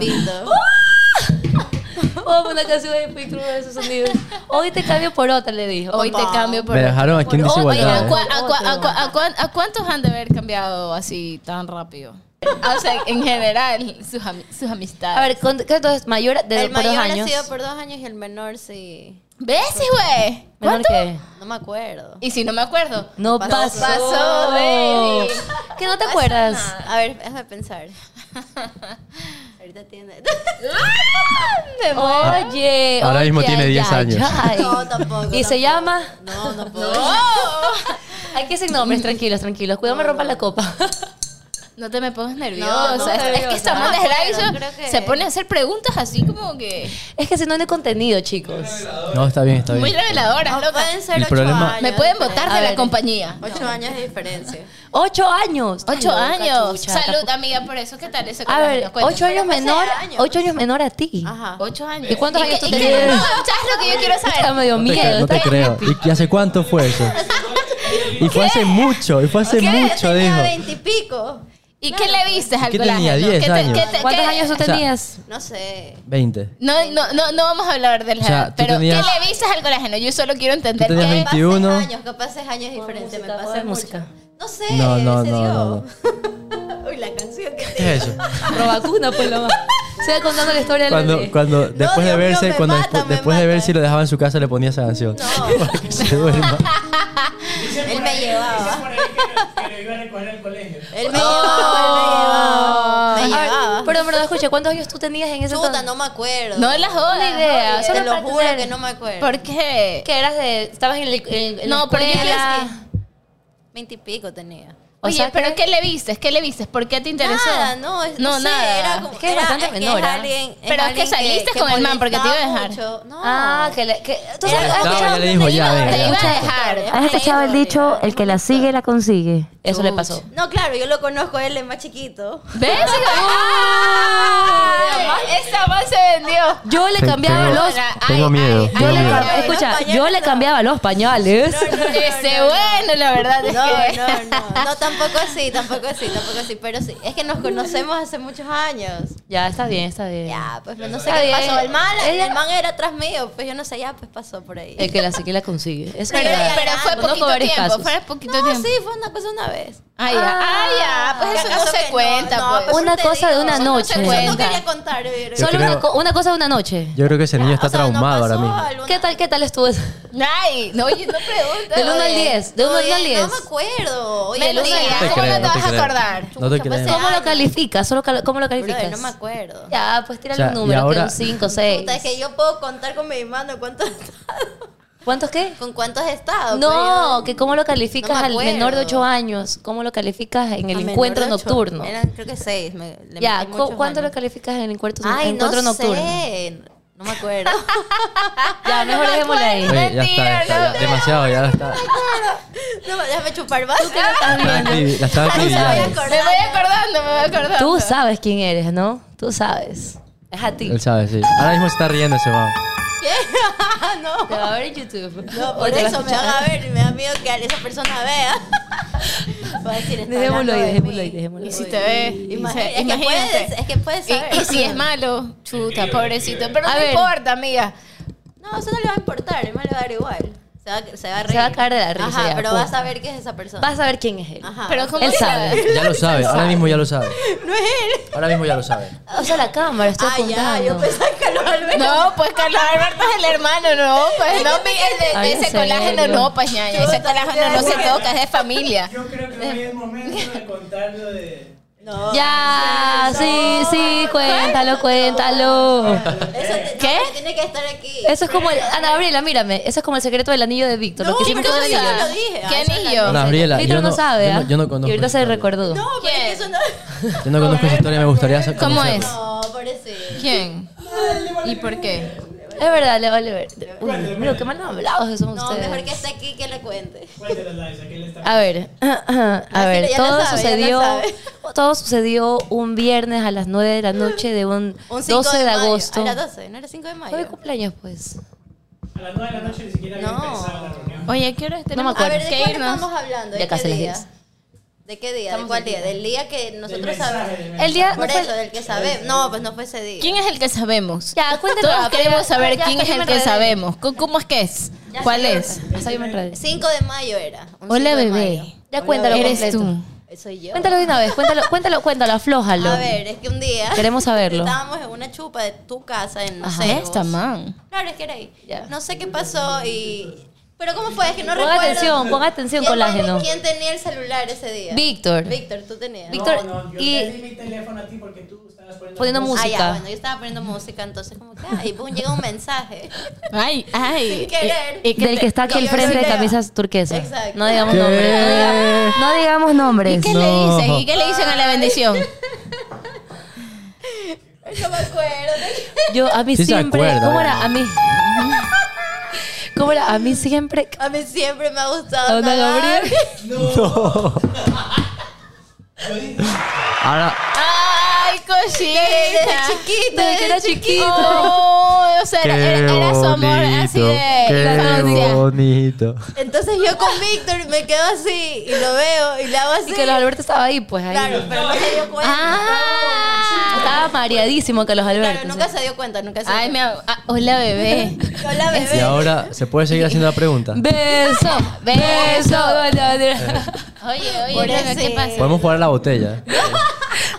Speaker 2: Vamos a una canción de Pink Floyd de esos sonidos. Hoy te cambio por otra, le dijo.
Speaker 4: Hoy te cambio por
Speaker 1: Me
Speaker 4: otro.
Speaker 1: dejaron aquí en
Speaker 2: Por-
Speaker 4: Oye, ¿a,
Speaker 1: desigualdad. ¿eh?
Speaker 2: Oigan,
Speaker 4: cua- a cua- a cua- a cuán- a cuántos han de haber cambiado así tan rápido? O sea, en general, sus, ami- sus amistades.
Speaker 2: A ver, ¿con- ¿qué entonces? ¿Mayor de
Speaker 8: El
Speaker 2: por dos
Speaker 8: mayor ha
Speaker 2: años?
Speaker 8: sido por dos años y el menor sí.
Speaker 4: ¿ves, güey?
Speaker 2: ¿Menor
Speaker 4: ¿Cuánto?
Speaker 2: qué?
Speaker 8: No me acuerdo.
Speaker 4: Y si no me acuerdo.
Speaker 2: No
Speaker 8: Pasó.
Speaker 2: pasó.
Speaker 4: Pasó, baby.
Speaker 2: ¿Qué no te acuerdas?
Speaker 8: A ver, déjame pensar. Ahorita tiene.
Speaker 4: ¡Ah! Me muero.
Speaker 2: Oye,
Speaker 1: Ah, Ahora mismo
Speaker 2: oye,
Speaker 1: tiene
Speaker 2: ay,
Speaker 1: 10
Speaker 2: ay,
Speaker 1: años.
Speaker 2: ay.
Speaker 8: No, tampoco,
Speaker 2: ¿Y se
Speaker 8: tampoco.
Speaker 2: llama?
Speaker 8: No, no puedo.
Speaker 2: Oh. Hay que sin nombres, tranquilos, tranquilos. Cuidado, me rompa la copa.
Speaker 4: No te me pongas nerviosa.
Speaker 8: No, no,
Speaker 4: es, es que
Speaker 8: nerviosa.
Speaker 4: Samantha
Speaker 8: No me acuerdo,
Speaker 4: Gerardo
Speaker 8: creo que-
Speaker 4: se pone a hacer preguntas así como que
Speaker 2: Es que si no, no hay contenido, chicos.
Speaker 1: No, está bien, está
Speaker 4: muy
Speaker 1: bien.
Speaker 4: reveladoras,
Speaker 8: No,
Speaker 4: loca.
Speaker 8: pueden ser
Speaker 1: El
Speaker 8: ocho
Speaker 1: problema-
Speaker 8: años.
Speaker 4: Me pueden votar
Speaker 2: A
Speaker 4: de
Speaker 2: ver.
Speaker 4: la compañía.
Speaker 8: Ocho años de diferencia.
Speaker 2: ¡Ocho años!
Speaker 4: Ocho
Speaker 2: Ay, loca,
Speaker 4: años.
Speaker 2: chucha,
Speaker 4: Salud,
Speaker 2: tampoco-
Speaker 4: amiga, por eso. ¿Qué tal ese
Speaker 2: A ver,
Speaker 4: colágeno? Cuenta.
Speaker 2: ocho años
Speaker 8: Pero
Speaker 2: menor,
Speaker 8: pasé años.
Speaker 2: ocho años menor a ti.
Speaker 8: Ajá.
Speaker 4: pues, Ocho años.
Speaker 2: ¿Y cuántos
Speaker 4: qué-
Speaker 2: años tú
Speaker 4: y qué-
Speaker 2: tenías?
Speaker 4: No, ¿sabes lo que yo quiero
Speaker 2: Está
Speaker 4: saber?
Speaker 1: No
Speaker 2: medio
Speaker 1: te,
Speaker 2: miedo.
Speaker 1: creo, no te creo. ¿Y, y hace cuánto fue eso? Y fue hace mucho, y fue hace
Speaker 8: ¿Qué?
Speaker 1: mucho,
Speaker 8: Tenía
Speaker 1: dijo.
Speaker 8: veintipico.
Speaker 4: ¿Y qué le viste al
Speaker 1: ¿Qué tenía,
Speaker 4: colágeno?
Speaker 1: 10
Speaker 4: ¿Qué te-
Speaker 1: años?
Speaker 4: qué te-
Speaker 2: ¿Cuántos
Speaker 4: qué-
Speaker 2: años tú
Speaker 1: O sea,
Speaker 2: tenías?
Speaker 8: No sé.
Speaker 1: 20.
Speaker 4: No, no, no, no vamos a hablar del
Speaker 1: O sea,
Speaker 4: edad,
Speaker 1: tú
Speaker 4: pero
Speaker 1: tenías-
Speaker 4: ¿qué le viste al colágeno? Yo solo quiero entender
Speaker 1: Tú tenías 20.
Speaker 4: qué.
Speaker 8: Capaz seis
Speaker 1: 21.
Speaker 8: años, capaz seis años diferente. Me
Speaker 2: música,
Speaker 8: pasé
Speaker 2: pon
Speaker 8: mucho.
Speaker 2: música.
Speaker 8: No sé,
Speaker 1: No, no,
Speaker 8: se
Speaker 1: no,
Speaker 8: dio.
Speaker 1: no,
Speaker 8: Uy, la canción que
Speaker 1: ¿Qué es eso?
Speaker 2: Pro vacuna, pues lo más. Siga contando la historia de la
Speaker 1: Cuando,
Speaker 2: bebé.
Speaker 1: cuando después de
Speaker 8: Dios mío,
Speaker 1: verse,
Speaker 8: me
Speaker 1: cuando
Speaker 8: mata,
Speaker 1: despu-
Speaker 8: me
Speaker 1: después de
Speaker 8: mata.
Speaker 1: ver si lo dejaba en su casa le ponía esa canción.
Speaker 8: No.
Speaker 1: Para que se duerma.
Speaker 8: Él me llevaba.
Speaker 6: por ahí que, que lo iban a recoger al colegio.
Speaker 8: Él me
Speaker 1: Oh.
Speaker 8: llevaba, él me llevaba. Me
Speaker 2: A ver,
Speaker 8: llevaba.
Speaker 2: Perdón, perdón, escucha, ¿cuántos años tú tenías en ese
Speaker 8: Chuta,
Speaker 2: entonces?
Speaker 8: no me acuerdo.
Speaker 4: No las jodas.
Speaker 2: Una idea,
Speaker 8: Te
Speaker 2: solo
Speaker 8: lo
Speaker 2: para
Speaker 8: juro
Speaker 2: tener-
Speaker 8: que no me acuerdo.
Speaker 4: ¿Por qué?
Speaker 2: Que eras de. Estabas en el. en- en
Speaker 4: No,
Speaker 2: la
Speaker 4: pero yo quiero
Speaker 2: escuela.
Speaker 4: decir-
Speaker 8: Veintipico tenía.
Speaker 2: O
Speaker 4: Oye,
Speaker 2: sea
Speaker 4: pero
Speaker 2: que-
Speaker 4: ¿qué le viste? ¿Qué le viste? ¿Por qué te interesó?
Speaker 8: Nada, no, es- no,
Speaker 4: No,
Speaker 8: sé,
Speaker 4: nada.
Speaker 8: Era como,
Speaker 2: Es que es
Speaker 8: era-
Speaker 2: bastante menor, ¿ah?
Speaker 8: alguien- es
Speaker 4: Pero es que
Speaker 8: alguien
Speaker 4: saliste con el man porque te iba a
Speaker 8: molestaba
Speaker 4: dejar.
Speaker 8: mucho. No.
Speaker 2: Ah, que le. Que, ¿Tú sabes?
Speaker 1: Estaba, ya le dijo, ya,
Speaker 4: Te
Speaker 1: venga.
Speaker 4: iba a
Speaker 1: ya.
Speaker 4: dejar.
Speaker 8: ¿Has escuchado el dicho, el que la sigue,
Speaker 2: la consigue? Eso le
Speaker 4: Chuch.
Speaker 2: pasó.
Speaker 8: No, claro, yo lo conozco, él es más chiquito.
Speaker 4: ¿Ves? ¡Ay! Esa más se vendió.
Speaker 2: Yo le
Speaker 5: Te-
Speaker 2: cambiaba
Speaker 5: tengo-
Speaker 2: los.
Speaker 5: Tengo miedo.
Speaker 2: Yo
Speaker 5: tengo
Speaker 2: le,
Speaker 5: miedo.
Speaker 2: cam- escucha,
Speaker 8: Los pañales
Speaker 2: yo le
Speaker 8: no.
Speaker 2: cambiaba los pañales.
Speaker 4: Ese bueno, la verdad
Speaker 8: No,
Speaker 4: es que.
Speaker 8: no, no, no, tampoco así, tampoco así, tampoco así, pero sí, es que nos conocemos hace muchos años.
Speaker 2: Ya, está bien, está bien.
Speaker 8: Ya, pues no sé
Speaker 2: Está
Speaker 8: qué
Speaker 2: bien.
Speaker 8: pasó, el man,
Speaker 2: Ella-
Speaker 8: el man era atrás mío, pues yo no sé, ya, pues pasó por ahí.
Speaker 2: El que la sigue la consigue. Es
Speaker 4: Pero,
Speaker 2: verdad.
Speaker 4: pero fue
Speaker 2: Conozco
Speaker 4: poquito
Speaker 2: varios
Speaker 4: tiempo.
Speaker 2: casos.
Speaker 4: Fue poquito
Speaker 8: No,
Speaker 4: tiempo.
Speaker 8: sí, fue una cosa una vez.
Speaker 4: Ay, ya. Ay, ya. Pues
Speaker 8: ¿Acaso
Speaker 4: eso no
Speaker 8: que
Speaker 4: se cuenta,
Speaker 8: no?
Speaker 4: pues.
Speaker 8: Pues
Speaker 2: Una
Speaker 8: eso te
Speaker 2: cosa de una
Speaker 8: eso
Speaker 2: noche.
Speaker 8: No se cuenta.
Speaker 4: Cuenta.
Speaker 8: No quería contar, pero-
Speaker 1: Yo
Speaker 2: Solo una,
Speaker 1: creo-
Speaker 2: co- una cosa de una noche.
Speaker 1: Yo creo que ese niño está
Speaker 8: O sea, no
Speaker 1: traumado ahora
Speaker 8: pasó
Speaker 1: mismo.
Speaker 8: alguna-
Speaker 2: ¿Qué tal, qué tal estuvo eso?
Speaker 4: Ay, no, oye, no preguntes.
Speaker 2: Del uno al
Speaker 4: oye.
Speaker 2: diez, de uno al
Speaker 8: Oye,
Speaker 2: diez.
Speaker 8: No me acuerdo. Oye,
Speaker 4: Del uno al
Speaker 8: Lucía,
Speaker 4: diez.
Speaker 1: te
Speaker 4: ¿Cómo
Speaker 1: creo, no
Speaker 4: no te
Speaker 1: te
Speaker 4: vas a
Speaker 1: creo.
Speaker 4: acordar?
Speaker 1: No te
Speaker 8: Chucha,
Speaker 1: crees.
Speaker 8: pues,
Speaker 2: ¿Cómo lo
Speaker 8: algo.
Speaker 2: calificas? Solo cal- ¿Cómo lo
Speaker 8: brother, no
Speaker 2: calificas?
Speaker 8: me acuerdo.
Speaker 2: Ya, pues tírale
Speaker 1: O sea,
Speaker 2: un
Speaker 1: y
Speaker 2: número, que
Speaker 1: ahora-
Speaker 2: un 5, 6.
Speaker 8: Puta, es que yo puedo contar con mi mano cuánto he estado.
Speaker 2: ¿Cuántos qué?
Speaker 8: ¿Con cuántos he estado?
Speaker 2: No,
Speaker 8: pues,
Speaker 2: que cómo lo calificas
Speaker 8: No me
Speaker 2: al menor de
Speaker 8: acuerdo.
Speaker 2: 8 años, cómo lo calificas en
Speaker 8: yo-
Speaker 2: el
Speaker 8: a menor
Speaker 2: encuentro
Speaker 8: de ocho.
Speaker 2: nocturno.
Speaker 8: Eran creo que seis. me- le
Speaker 2: Ya,
Speaker 8: metí
Speaker 2: ¿cu-
Speaker 8: muchos
Speaker 2: ¿cuánto
Speaker 8: años.
Speaker 2: lo calificas en el encuentro,
Speaker 8: Ay,
Speaker 2: encuentro
Speaker 8: no
Speaker 2: nocturno?
Speaker 8: sé. No me acuerdo.
Speaker 2: Ya, mejor dejémosle ahí.
Speaker 1: Oye, ya está, ya está, ya. demasiado, ya está.
Speaker 8: No, déjame chupar más.
Speaker 1: La estaba acribi- la estaba
Speaker 8: Ay, se me voy
Speaker 1: acribillando.
Speaker 8: acordando.
Speaker 4: Me voy acordando, me voy acordando.
Speaker 2: Tú sabes quién eres, ¿no? Tú sabes. Es a ti.
Speaker 1: Él sabe, sí. Ahora mismo se está riendo ese man.
Speaker 8: ¿Qué? no.
Speaker 2: Te va a ver en YouTube.
Speaker 8: No, por
Speaker 2: O te va a
Speaker 8: eso me van a ver y me da miedo que esa persona vea. Va a decir, está
Speaker 2: Dejémoslo
Speaker 8: hablando
Speaker 2: ahí,
Speaker 8: de
Speaker 2: dejémoslo
Speaker 8: mí.
Speaker 2: ahí, dejémoslo
Speaker 4: Y
Speaker 2: ahí.
Speaker 4: si te ve,
Speaker 8: Imagi-
Speaker 4: imagínate.
Speaker 8: es, que puedes, es que puedes saber.
Speaker 4: Y, y si es malo, chuta, pobrecito. Pero
Speaker 2: A
Speaker 4: no
Speaker 2: ver.
Speaker 4: importa, amiga.
Speaker 8: No, eso no le va a importar, él me le va a dar igual. Se va, se va a reír.
Speaker 2: Se va a caer de la risa
Speaker 8: Ajá,
Speaker 2: ya,
Speaker 8: pero
Speaker 2: punto.
Speaker 8: vas a ver que es esa persona.
Speaker 2: Vas a ver quién es él.
Speaker 8: Ajá.
Speaker 4: Pero como
Speaker 2: Él
Speaker 4: que-
Speaker 2: sabe.
Speaker 1: Ya lo sabe, ahora mismo ya lo sabe.
Speaker 8: no es él.
Speaker 1: Ahora mismo ya lo sabe.
Speaker 2: O sea, la cámara, estoy
Speaker 8: Ah, ya,
Speaker 2: apuntando.
Speaker 8: yo pensaba que lo volvía.
Speaker 4: No, pues Carlos Alberto es el hermano, no, pues no, Miguel,
Speaker 2: Ay,
Speaker 4: ese
Speaker 2: en serio.
Speaker 4: colágeno no, pues ñaña, ese colágeno no se toca, es de familia.
Speaker 6: Yo creo que hoy es momento de contar lo de.
Speaker 8: No.
Speaker 2: Ya, Ah, sí, sí, cuéntalo, cuéntalo.
Speaker 8: Eso te-
Speaker 2: ¿Qué?
Speaker 8: no, tiene que estar aquí.
Speaker 2: Eso es como el. Ana Gabriela, mírame. Eso es como el secreto del anillo de Víctor. lo que hicimos
Speaker 8: pero
Speaker 2: con el
Speaker 8: eso
Speaker 2: anillo.
Speaker 8: ya lo dije.
Speaker 4: ¿Qué
Speaker 8: Ah, eso
Speaker 4: anillo?
Speaker 8: ya lo
Speaker 1: No,
Speaker 8: dije.
Speaker 1: Gabriela,
Speaker 2: Víctor
Speaker 1: yo
Speaker 2: no,
Speaker 1: no,
Speaker 2: sabe,
Speaker 1: yo no-
Speaker 2: ¿ah?
Speaker 1: yo no conozco
Speaker 2: Y ahorita
Speaker 1: esa
Speaker 2: se
Speaker 1: historia.
Speaker 2: recordó.
Speaker 8: No, pero es que eso no.
Speaker 1: Yo no conozco esa historia, me gustaría sa-
Speaker 4: ¿Cómo
Speaker 1: conocerla.
Speaker 4: es?
Speaker 8: No, pobrecito.
Speaker 4: ¿Quién? ¿Y por qué?
Speaker 2: Es verdad, le vale ver. Uy, pero qué mal hablados que son
Speaker 8: No,
Speaker 2: ustedes.
Speaker 8: mejor que esté aquí que le cuente.
Speaker 6: Cuéntelo, Liza, que él está.
Speaker 2: A ver, a
Speaker 8: sí,
Speaker 2: ver,
Speaker 8: ya la
Speaker 2: todo
Speaker 8: sabe, ya la
Speaker 2: sucedió,
Speaker 8: sabe.
Speaker 2: todo sucedió un viernes a las 9 de la noche de un,
Speaker 8: Un 5
Speaker 2: 12 de,
Speaker 8: mayo.
Speaker 2: agosto.
Speaker 8: A las 12, no era 5 de
Speaker 2: Fue mi
Speaker 8: mayo.
Speaker 2: cumpleaños, pues.
Speaker 6: A las 9 de la noche ni siquiera había
Speaker 8: No.
Speaker 6: empezado la reunión.
Speaker 4: Oye, ¿qué horas
Speaker 2: me
Speaker 4: tenemos
Speaker 8: A
Speaker 2: acuerdo.
Speaker 8: ver, ¿de
Speaker 4: que
Speaker 8: qué
Speaker 4: irnos?
Speaker 8: estamos hablando? ¿De
Speaker 2: Ya
Speaker 8: qué
Speaker 2: casi las
Speaker 8: día?
Speaker 2: 10.
Speaker 8: ¿De qué día?
Speaker 2: Estamos
Speaker 8: ¿De cuál
Speaker 2: aquí.
Speaker 8: día? Del día que nosotros
Speaker 6: mensaje,
Speaker 8: sabemos.
Speaker 6: del
Speaker 2: El día no
Speaker 8: Por
Speaker 2: fue-
Speaker 8: eso, del que sabemos. No, pues no fue ese día.
Speaker 4: ¿Quién es el que sabemos?
Speaker 2: Ya, cuéntanos,
Speaker 4: Todos
Speaker 2: pero
Speaker 4: queremos
Speaker 2: ya-
Speaker 4: saber
Speaker 2: ya
Speaker 4: quién es
Speaker 2: hasta yo
Speaker 4: el
Speaker 2: me
Speaker 4: que
Speaker 2: enredé.
Speaker 4: sabemos. ¿Cu- ¿Cómo es que es? ¿Cuál es?
Speaker 2: Hasta yo me enredé.
Speaker 8: 5 de mayo era. un
Speaker 4: Hola,
Speaker 8: 5 de
Speaker 4: bebé.
Speaker 8: mayo.
Speaker 2: Ya
Speaker 8: Hola,
Speaker 2: cuéntalo
Speaker 8: bebé.
Speaker 4: Eres tú.
Speaker 8: Soy yo.
Speaker 2: Cuéntalo de una vez, cuéntalo, cuéntalo, cuéntalo, aflójalo.
Speaker 8: A ver, es que un día.
Speaker 2: Queremos saberlo.
Speaker 8: Estábamos en una chupa de tu casa en no
Speaker 4: Ajá,
Speaker 8: sé.
Speaker 4: esta
Speaker 8: vos.
Speaker 4: man.
Speaker 8: Claro, es que era ahí.
Speaker 2: Ya.
Speaker 8: No sé qué pasó y. Pero ¿cómo fue? Es que no
Speaker 2: Pon
Speaker 8: recuerdo.
Speaker 2: atención, pon atención,
Speaker 8: ¿Quién-
Speaker 2: colágeno.
Speaker 8: ¿Quién tenía el celular ese día?
Speaker 2: Víctor.
Speaker 8: Víctor, tú tenías.
Speaker 2: Víctor,
Speaker 6: no, no, yo
Speaker 2: y-
Speaker 6: te di mi teléfono a ti porque tú estabas poniendo,
Speaker 2: Poniendo
Speaker 8: Ah,
Speaker 2: música.
Speaker 8: ya, bueno, yo estaba poniendo música, entonces como que, ay, pum, llega un mensaje.
Speaker 4: Ay, ay.
Speaker 8: Sin querer.
Speaker 4: Y- y que
Speaker 2: Del
Speaker 4: te-
Speaker 2: que está aquí
Speaker 8: no,
Speaker 2: al
Speaker 8: yo no
Speaker 2: frente de
Speaker 8: leo.
Speaker 2: camisas turquesas.
Speaker 8: Exacto.
Speaker 2: No digamos
Speaker 5: ¿Qué?
Speaker 2: nombres. No digamos, no digamos nombres.
Speaker 4: ¿Qué
Speaker 5: No.
Speaker 4: le dicen? ¿Y qué le dicen a la bendición?
Speaker 8: No me acuerdo.
Speaker 2: Yo a mí
Speaker 1: Sí se
Speaker 2: siempre,
Speaker 1: acuerda,
Speaker 2: ¿cómo
Speaker 1: ¿no?
Speaker 2: era? A mí ¿Cómo era? A mí siempre
Speaker 8: A mí siempre me ha gustado.
Speaker 2: Ana
Speaker 8: nadar.
Speaker 2: Gabriel.
Speaker 1: Ahora,
Speaker 4: Ay,
Speaker 8: Desde
Speaker 4: cosita.
Speaker 8: chiquita.
Speaker 2: Desde que era
Speaker 8: desde
Speaker 2: chiquito.
Speaker 4: Oh, o sea, era, era- era su amor así de
Speaker 5: qué
Speaker 4: infancia.
Speaker 5: bonito.
Speaker 8: Entonces yo con Víctor me quedo así y lo veo y le hago así.
Speaker 2: Y que los Alberto estaba ahí, pues ahí.
Speaker 8: Claro, pero no se dio cuenta.
Speaker 2: Ah, estaba mareadísimo que los Alberto.
Speaker 8: Claro, nunca se dio cuenta, nunca se dio
Speaker 4: Ay, mi
Speaker 8: cuenta.
Speaker 4: am- ah, hola bebé.
Speaker 8: Hola,
Speaker 1: y
Speaker 8: bebé.
Speaker 1: ahora, ¿se puede seguir haciendo la pregunta?
Speaker 2: Beso, beso.
Speaker 1: Eh.
Speaker 4: Oye, oye,
Speaker 8: Por
Speaker 4: bebé, ¿qué
Speaker 8: ese-
Speaker 4: pasa?
Speaker 1: Podemos jugar a la botella.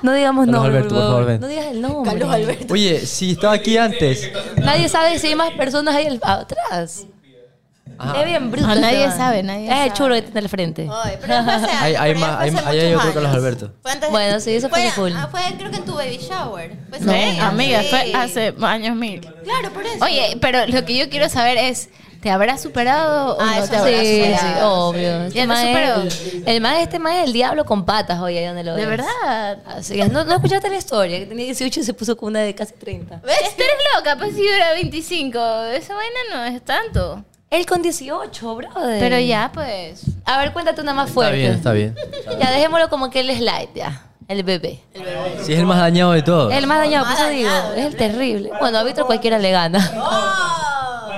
Speaker 2: No digamos
Speaker 1: Carlos
Speaker 2: nombre,
Speaker 1: Alberto, por favor, ven.
Speaker 2: No digas el nombre.
Speaker 8: Carlos Alberto.
Speaker 1: Oye, si estaba aquí antes.
Speaker 2: Nadie sabe si hay más personas ahí al- atrás.
Speaker 1: Ajá.
Speaker 2: Es bien bruto.
Speaker 4: No,
Speaker 2: este
Speaker 4: nadie
Speaker 2: man.
Speaker 4: sabe, nadie
Speaker 2: es el
Speaker 4: sabe.
Speaker 2: chulo que tiene al frente.
Speaker 8: Ay, pero él fue hace-
Speaker 1: Hay- hay
Speaker 8: pero
Speaker 1: más-
Speaker 8: fue hace
Speaker 1: hay- ahí hay
Speaker 8: muchos
Speaker 1: otro Carlos
Speaker 8: años.
Speaker 1: Alberto.
Speaker 8: Fue antes-
Speaker 2: Bueno, sí, eso fue
Speaker 8: fue,
Speaker 2: mi full.
Speaker 8: ah, fue creo que en tu baby shower. Fue ese
Speaker 4: Ve,
Speaker 8: día.
Speaker 4: amiga,
Speaker 8: Sí.
Speaker 4: fue hace años mil.
Speaker 8: Claro, por eso.
Speaker 4: Oye, Eh, pero lo que yo quiero saber es, ¿te habrás superado o
Speaker 8: Ah,
Speaker 4: no
Speaker 8: eso
Speaker 4: te
Speaker 8: sí,
Speaker 4: habrás
Speaker 2: Sí,
Speaker 4: superado?
Speaker 2: sí, obvio. Este
Speaker 4: Ya lo
Speaker 2: man es-
Speaker 4: superó.
Speaker 2: el más este man es el diablo con patas, oye, ahí donde lo
Speaker 4: De
Speaker 2: ves.
Speaker 4: verdad.
Speaker 2: Así es. ¿No, no escuchaste la historia, que tenía 18 y se puso con una de casi 30.
Speaker 8: ¿Ves?
Speaker 4: Estar loca, pues si dura 25, esa vaina no es tanto.
Speaker 2: Él con 18, brother.
Speaker 4: Pero ya, pues.
Speaker 2: A ver, cuéntate una más
Speaker 1: Está
Speaker 2: fuerte.
Speaker 1: bien, está bien.
Speaker 2: Ya dejémoslo como que él es light, ya. El bebé.
Speaker 1: Si es el más dañado de todos.
Speaker 2: El más dañado, por
Speaker 8: más
Speaker 2: eso digo.
Speaker 8: dañado,
Speaker 2: Es el terrible. Bueno, a Víctor cualquiera le gana.
Speaker 8: Oh.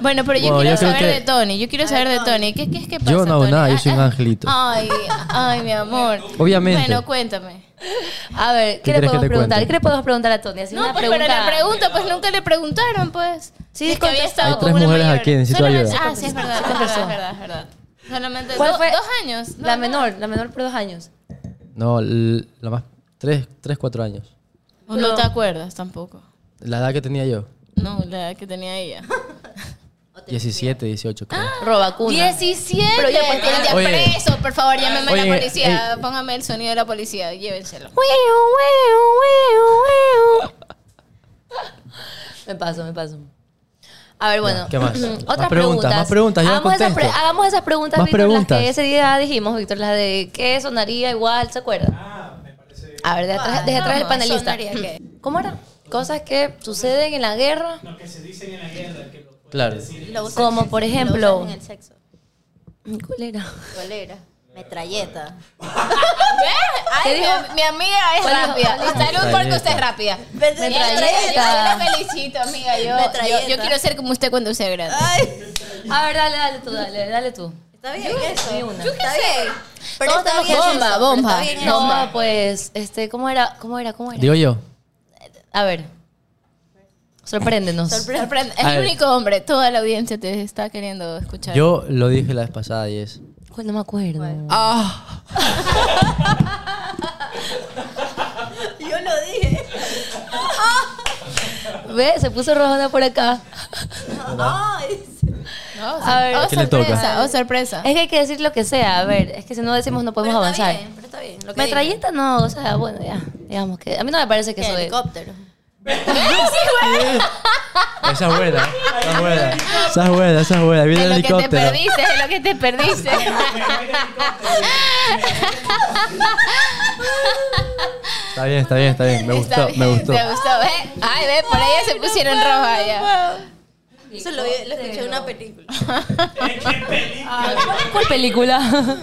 Speaker 4: Bueno, pero yo
Speaker 1: Bueno, yo
Speaker 4: quiero
Speaker 1: creo
Speaker 4: saber
Speaker 1: que-
Speaker 4: de Tony, yo quiero saber de Tony. ¿Qué, qué es que pasa?
Speaker 1: Yo no hago
Speaker 4: Tony?
Speaker 1: nada, yo
Speaker 4: Ah,
Speaker 1: soy un
Speaker 4: ah,
Speaker 1: angelito.
Speaker 4: Ay, ay, mi amor.
Speaker 1: Obviamente.
Speaker 4: Bueno, cuéntame.
Speaker 2: A ver,
Speaker 1: ¿Qué quieres que
Speaker 2: ¿qué, le podemos
Speaker 1: te
Speaker 2: preguntar?
Speaker 1: cuente?
Speaker 2: ¿Qué le podemos preguntar a Tony? Así
Speaker 4: No,
Speaker 2: una
Speaker 4: pues
Speaker 2: pregunta.
Speaker 4: pero la pregunta, pues nunca le preguntaron, pues.
Speaker 2: Sí,
Speaker 4: Si es que había
Speaker 2: contestó.
Speaker 4: estado
Speaker 1: Hay
Speaker 4: con
Speaker 1: tres
Speaker 4: una
Speaker 1: mujeres
Speaker 4: mayor.
Speaker 1: aquí, necesito
Speaker 4: Solamente-
Speaker 1: ayuda.
Speaker 4: Ah, sí, es verdad, es verdad, es verdad, es verdad. Solamente
Speaker 2: ¿Cuál
Speaker 4: do-
Speaker 2: fue?
Speaker 4: dos años. no,
Speaker 2: La
Speaker 4: no.
Speaker 2: menor, la menor por dos años.
Speaker 1: No, l- la más. Tres, tres, cuatro años.
Speaker 4: O No te acuerdas tampoco.
Speaker 1: La edad que tenía yo.
Speaker 4: No, la edad que tenía ella.
Speaker 1: 17, 18, creo.
Speaker 4: Ah.
Speaker 2: Robacuna.
Speaker 4: 17. Pero ya, pues tienen ya
Speaker 1: Oye.
Speaker 4: preso. Por favor, llámeme a la
Speaker 1: Oye,
Speaker 4: policía. Póngame el sonido de la policía. Llévenselo.
Speaker 2: Me paso, me paso. A ver, bueno.
Speaker 1: ¿qué más?
Speaker 2: Otras
Speaker 1: Más preguntas, más preguntas, yo no
Speaker 2: Hagamos esas,
Speaker 1: contesto.
Speaker 2: hagamos esas preguntas,
Speaker 1: Más
Speaker 2: Víctor,
Speaker 1: preguntas.
Speaker 2: las que ese día dijimos, Víctor, las de qué sonaría igual, ¿se acuerdan?
Speaker 6: Ah, me parece.
Speaker 2: A ver, desde atrás, desde atrás del
Speaker 8: Ah, No,
Speaker 2: panelista.
Speaker 8: sonaría que-
Speaker 2: ¿Cómo era? cosas que suceden en la guerra,
Speaker 6: No, que se dicen en la guerra, que lo pueden
Speaker 1: Claro.
Speaker 6: decir.
Speaker 8: Lo usan-
Speaker 2: Como, por
Speaker 8: lo usan
Speaker 2: ejemplo-
Speaker 8: en el sexo.
Speaker 2: culera.
Speaker 8: Golera. Metralleta.
Speaker 4: Ay, mi, mi amiga es
Speaker 2: ¿Cuál dijo?
Speaker 4: rápida.
Speaker 2: ¿Cuál dijo?
Speaker 4: Salud porque usted es rápida. Yo
Speaker 2: Metralleta.
Speaker 4: la felicito, amiga. Yo,
Speaker 8: Metralleta.
Speaker 4: yo, yo quiero ser como usted cuando sea grande.
Speaker 8: Ay,
Speaker 2: A ver, dale, dale tú, dale, dale tú.
Speaker 8: está bien eso.
Speaker 2: vi una.
Speaker 8: Yo qué sé. Pero
Speaker 2: Todos
Speaker 8: está
Speaker 2: tenemos
Speaker 8: bien
Speaker 2: bomba,
Speaker 8: eso, pero
Speaker 4: bomba.
Speaker 8: está bien
Speaker 2: No,
Speaker 8: eso.
Speaker 2: pues, este, ¿cómo era? ¿Cómo era? ¿Cómo era?
Speaker 1: Digo yo.
Speaker 2: A ver. Sorpréndenos.
Speaker 4: Sorprende. Es
Speaker 1: A
Speaker 4: el
Speaker 1: ver.
Speaker 4: único hombre. Toda la audiencia te está queriendo escuchar.
Speaker 1: Yo lo dije la vez pasada y es.
Speaker 2: ¿Cuál no me acuerdo?
Speaker 1: Ah.
Speaker 8: Yo lo dije.
Speaker 2: Ve, se puso rojona por acá.
Speaker 8: Ay,
Speaker 4: No,
Speaker 2: A ver.
Speaker 4: oh,
Speaker 1: ¿Qué le toca?
Speaker 4: sorpresa, oh, sorpresa.
Speaker 2: Es que hay que decir lo que sea, a ver, es que si no decimos no podemos
Speaker 8: pero está
Speaker 2: avanzar.
Speaker 8: bien, pero está bien. Lo que
Speaker 2: Metralleta no, o sea, bueno, ya, digamos que a mí no me parece que
Speaker 8: diga.
Speaker 2: eso es.
Speaker 8: Helicóptero.
Speaker 1: Esa es buena. Esa es buena. Esa es buena, esa es buena. Viene
Speaker 4: Es
Speaker 1: el
Speaker 4: lo que te
Speaker 1: helicóptero.
Speaker 4: perdiste, es lo que te perdiste.
Speaker 1: Está bien, está bien, está bien. Me
Speaker 4: Está
Speaker 1: gustó,
Speaker 4: bien,
Speaker 1: me gustó.
Speaker 4: Te gustó, ¿ves? Ay, ve, por ella se pusieron rojas ya.
Speaker 8: Eso lo, vi- lo escuché en una película.
Speaker 6: Eh, ¿Qué película?
Speaker 2: ¿Cuál película?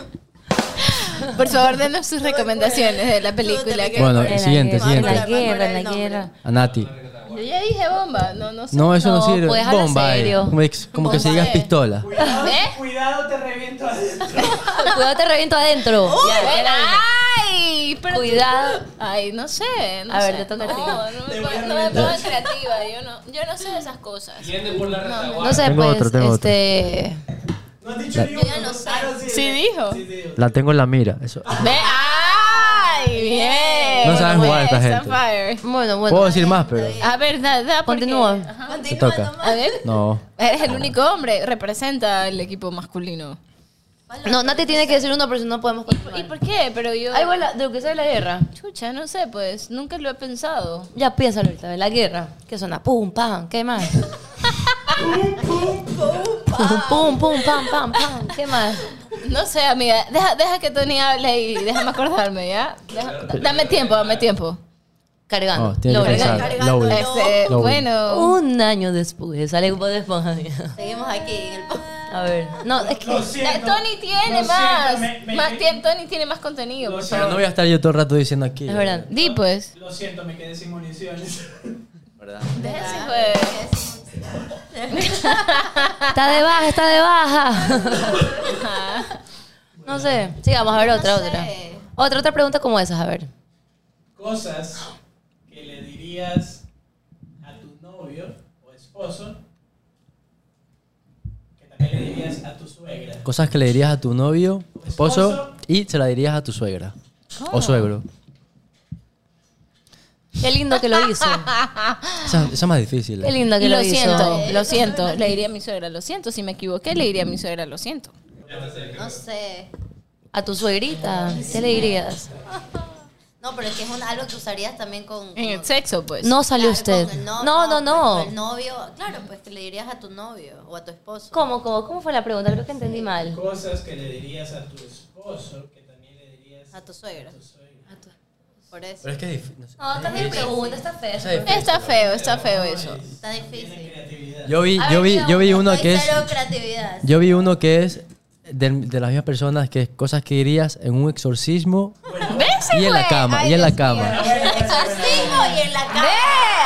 Speaker 4: Por favor, denos sus recomendaciones de la película. que-
Speaker 1: Bueno, siguiente,
Speaker 2: En la
Speaker 1: siguiente.
Speaker 2: guerra, en la guerra.
Speaker 1: A Nati.
Speaker 4: Yo ya dije bomba. No, no sé.
Speaker 1: No, eso no,
Speaker 2: No,
Speaker 1: sirve.
Speaker 2: pues, hazlo
Speaker 1: Bomba, eh.
Speaker 2: serio.
Speaker 1: Como, ex- como que si
Speaker 4: Bomba,
Speaker 1: digas
Speaker 4: eh.
Speaker 1: pistola.
Speaker 6: Cuidado,
Speaker 4: ¿Eh?
Speaker 6: cuidado, te reviento adentro.
Speaker 2: Cuidado, te reviento adentro.
Speaker 8: Uh.
Speaker 2: Ya, ya la dije.
Speaker 4: Ay, pero tú-
Speaker 2: Cuidado.
Speaker 4: Ay, no sé. No
Speaker 2: A ver,
Speaker 4: sé.
Speaker 2: te toca a ti.
Speaker 4: no, no me pongo- no me pongo creativa. Yo no, yo no sé de esas cosas.
Speaker 2: No sé,
Speaker 5: Tengo
Speaker 2: pues,
Speaker 5: otra, tengo otra.
Speaker 2: este.
Speaker 6: No has dicho ni uno.
Speaker 8: ya no sé.
Speaker 6: Ah, no, sí,
Speaker 4: Sí dijo.
Speaker 6: sí, dijo.
Speaker 5: La tengo en la mira. Eso.
Speaker 4: Ve, ay, bien.
Speaker 1: No saben jugar esta
Speaker 4: Pues,
Speaker 1: gente.
Speaker 4: Sapphire.
Speaker 2: Bueno,
Speaker 1: Puedo
Speaker 2: bueno.
Speaker 1: decir más, pero.
Speaker 4: A ver, da, da, porque-
Speaker 2: Continúa.
Speaker 4: Ajá.
Speaker 1: Te toca.
Speaker 4: A ver,
Speaker 1: No.
Speaker 4: eres el único hombre. Representa al equipo masculino.
Speaker 2: No, Nati tiene que decir uno, pero si no podemos
Speaker 4: ¿Y
Speaker 2: continuar.
Speaker 4: por qué? Pero yo.
Speaker 2: Ay, bueno, de lo que sea de la guerra.
Speaker 4: Chucha, no sé, pues. Nunca lo he pensado.
Speaker 2: Ya piénsalo ahorita, de la guerra. ¿Qué suena? Pum, pam, ¿qué más? Pum, pum, pam, pam, pam, ¿qué más?
Speaker 4: No sé, amiga. Deja, deja que Tony hable y déjame acordarme, ¿ya? Deja- dame tiempo, dame tiempo.
Speaker 2: Cargando.
Speaker 1: No, Oh, tiene que
Speaker 2: Logran.
Speaker 1: pensar. Lowell.
Speaker 4: Este,
Speaker 1: Lo
Speaker 4: bueno.
Speaker 2: Un año después, sale un poco de esponja.
Speaker 8: Seguimos aquí en el podcast.
Speaker 2: A ver. No, es que.
Speaker 6: Lo
Speaker 4: Da-
Speaker 6: siento.
Speaker 4: Eh, Tony tiene
Speaker 6: Lo
Speaker 4: más.
Speaker 6: siento, me- me-
Speaker 4: más tien- Tony tiene más contenido. por
Speaker 1: Pero
Speaker 4: favor.
Speaker 1: no voy a estar yo todo el rato diciendo aquí.
Speaker 2: Es verdad.
Speaker 4: Di pues.
Speaker 6: Lo siento, me quedé sin municiones.
Speaker 4: Déjense, pues.
Speaker 2: Está de baja, está de baja. No sé. Sigamos, a ver otra, otra. Otra, otra pregunta como esas, a ver.
Speaker 6: Cosas que le dirías a tu novio o esposo que también le dirías a tu suegra.
Speaker 1: Cosas que le dirías a tu novio, esposo
Speaker 6: Esposo.
Speaker 1: y se la dirías a tu suegra. O suegro.
Speaker 2: Qué lindo que lo hizo.
Speaker 1: Esa, esa es más difícil. eh.
Speaker 2: Qué lindo que lo,
Speaker 4: Lo
Speaker 2: hizo.
Speaker 4: siento, lo siento. Le diría a mi suegra, lo siento. Si me equivoqué, le diría a mi suegra, lo siento.
Speaker 8: No sé.
Speaker 2: A tu suegrita, ¿qué le dirías?
Speaker 8: No, pero es que es un- algo que usarías también con.
Speaker 4: En el
Speaker 8: con-
Speaker 4: sexo, pues.
Speaker 2: No salió
Speaker 8: claro, con
Speaker 2: usted.
Speaker 8: el no-
Speaker 2: No, no,
Speaker 8: Con el
Speaker 2: no.
Speaker 8: novio. Claro, pues que le dirías a tu novio o a tu esposo.
Speaker 2: ¿Cómo, cómo, cómo fue la pregunta? Creo que entendí mal.
Speaker 6: Cosas que le dirías a tu esposo que también le dirías
Speaker 8: A tu suegra.
Speaker 6: a tu suegra.
Speaker 8: Por eso.
Speaker 1: Pero es que es difícil. no sé.
Speaker 8: Ah,
Speaker 2: No, está bien pregunta, está fea.
Speaker 1: Esa es difícil.
Speaker 4: Está feo, está feo eso.
Speaker 8: Está difícil.
Speaker 1: Yo vi, yo vi, yo vi uno
Speaker 8: Soy
Speaker 1: que es.
Speaker 8: Cero creatividad.
Speaker 1: Yo vi uno que es del- de, las mismas personas que es cosas que dirías en un exorcismo
Speaker 4: Ese
Speaker 1: y en la
Speaker 4: güey.
Speaker 1: cama.
Speaker 4: pues. Ay,
Speaker 1: Y en la
Speaker 4: Dios
Speaker 1: cama.
Speaker 8: En el exorcismo y en la
Speaker 4: Ve,
Speaker 8: cama.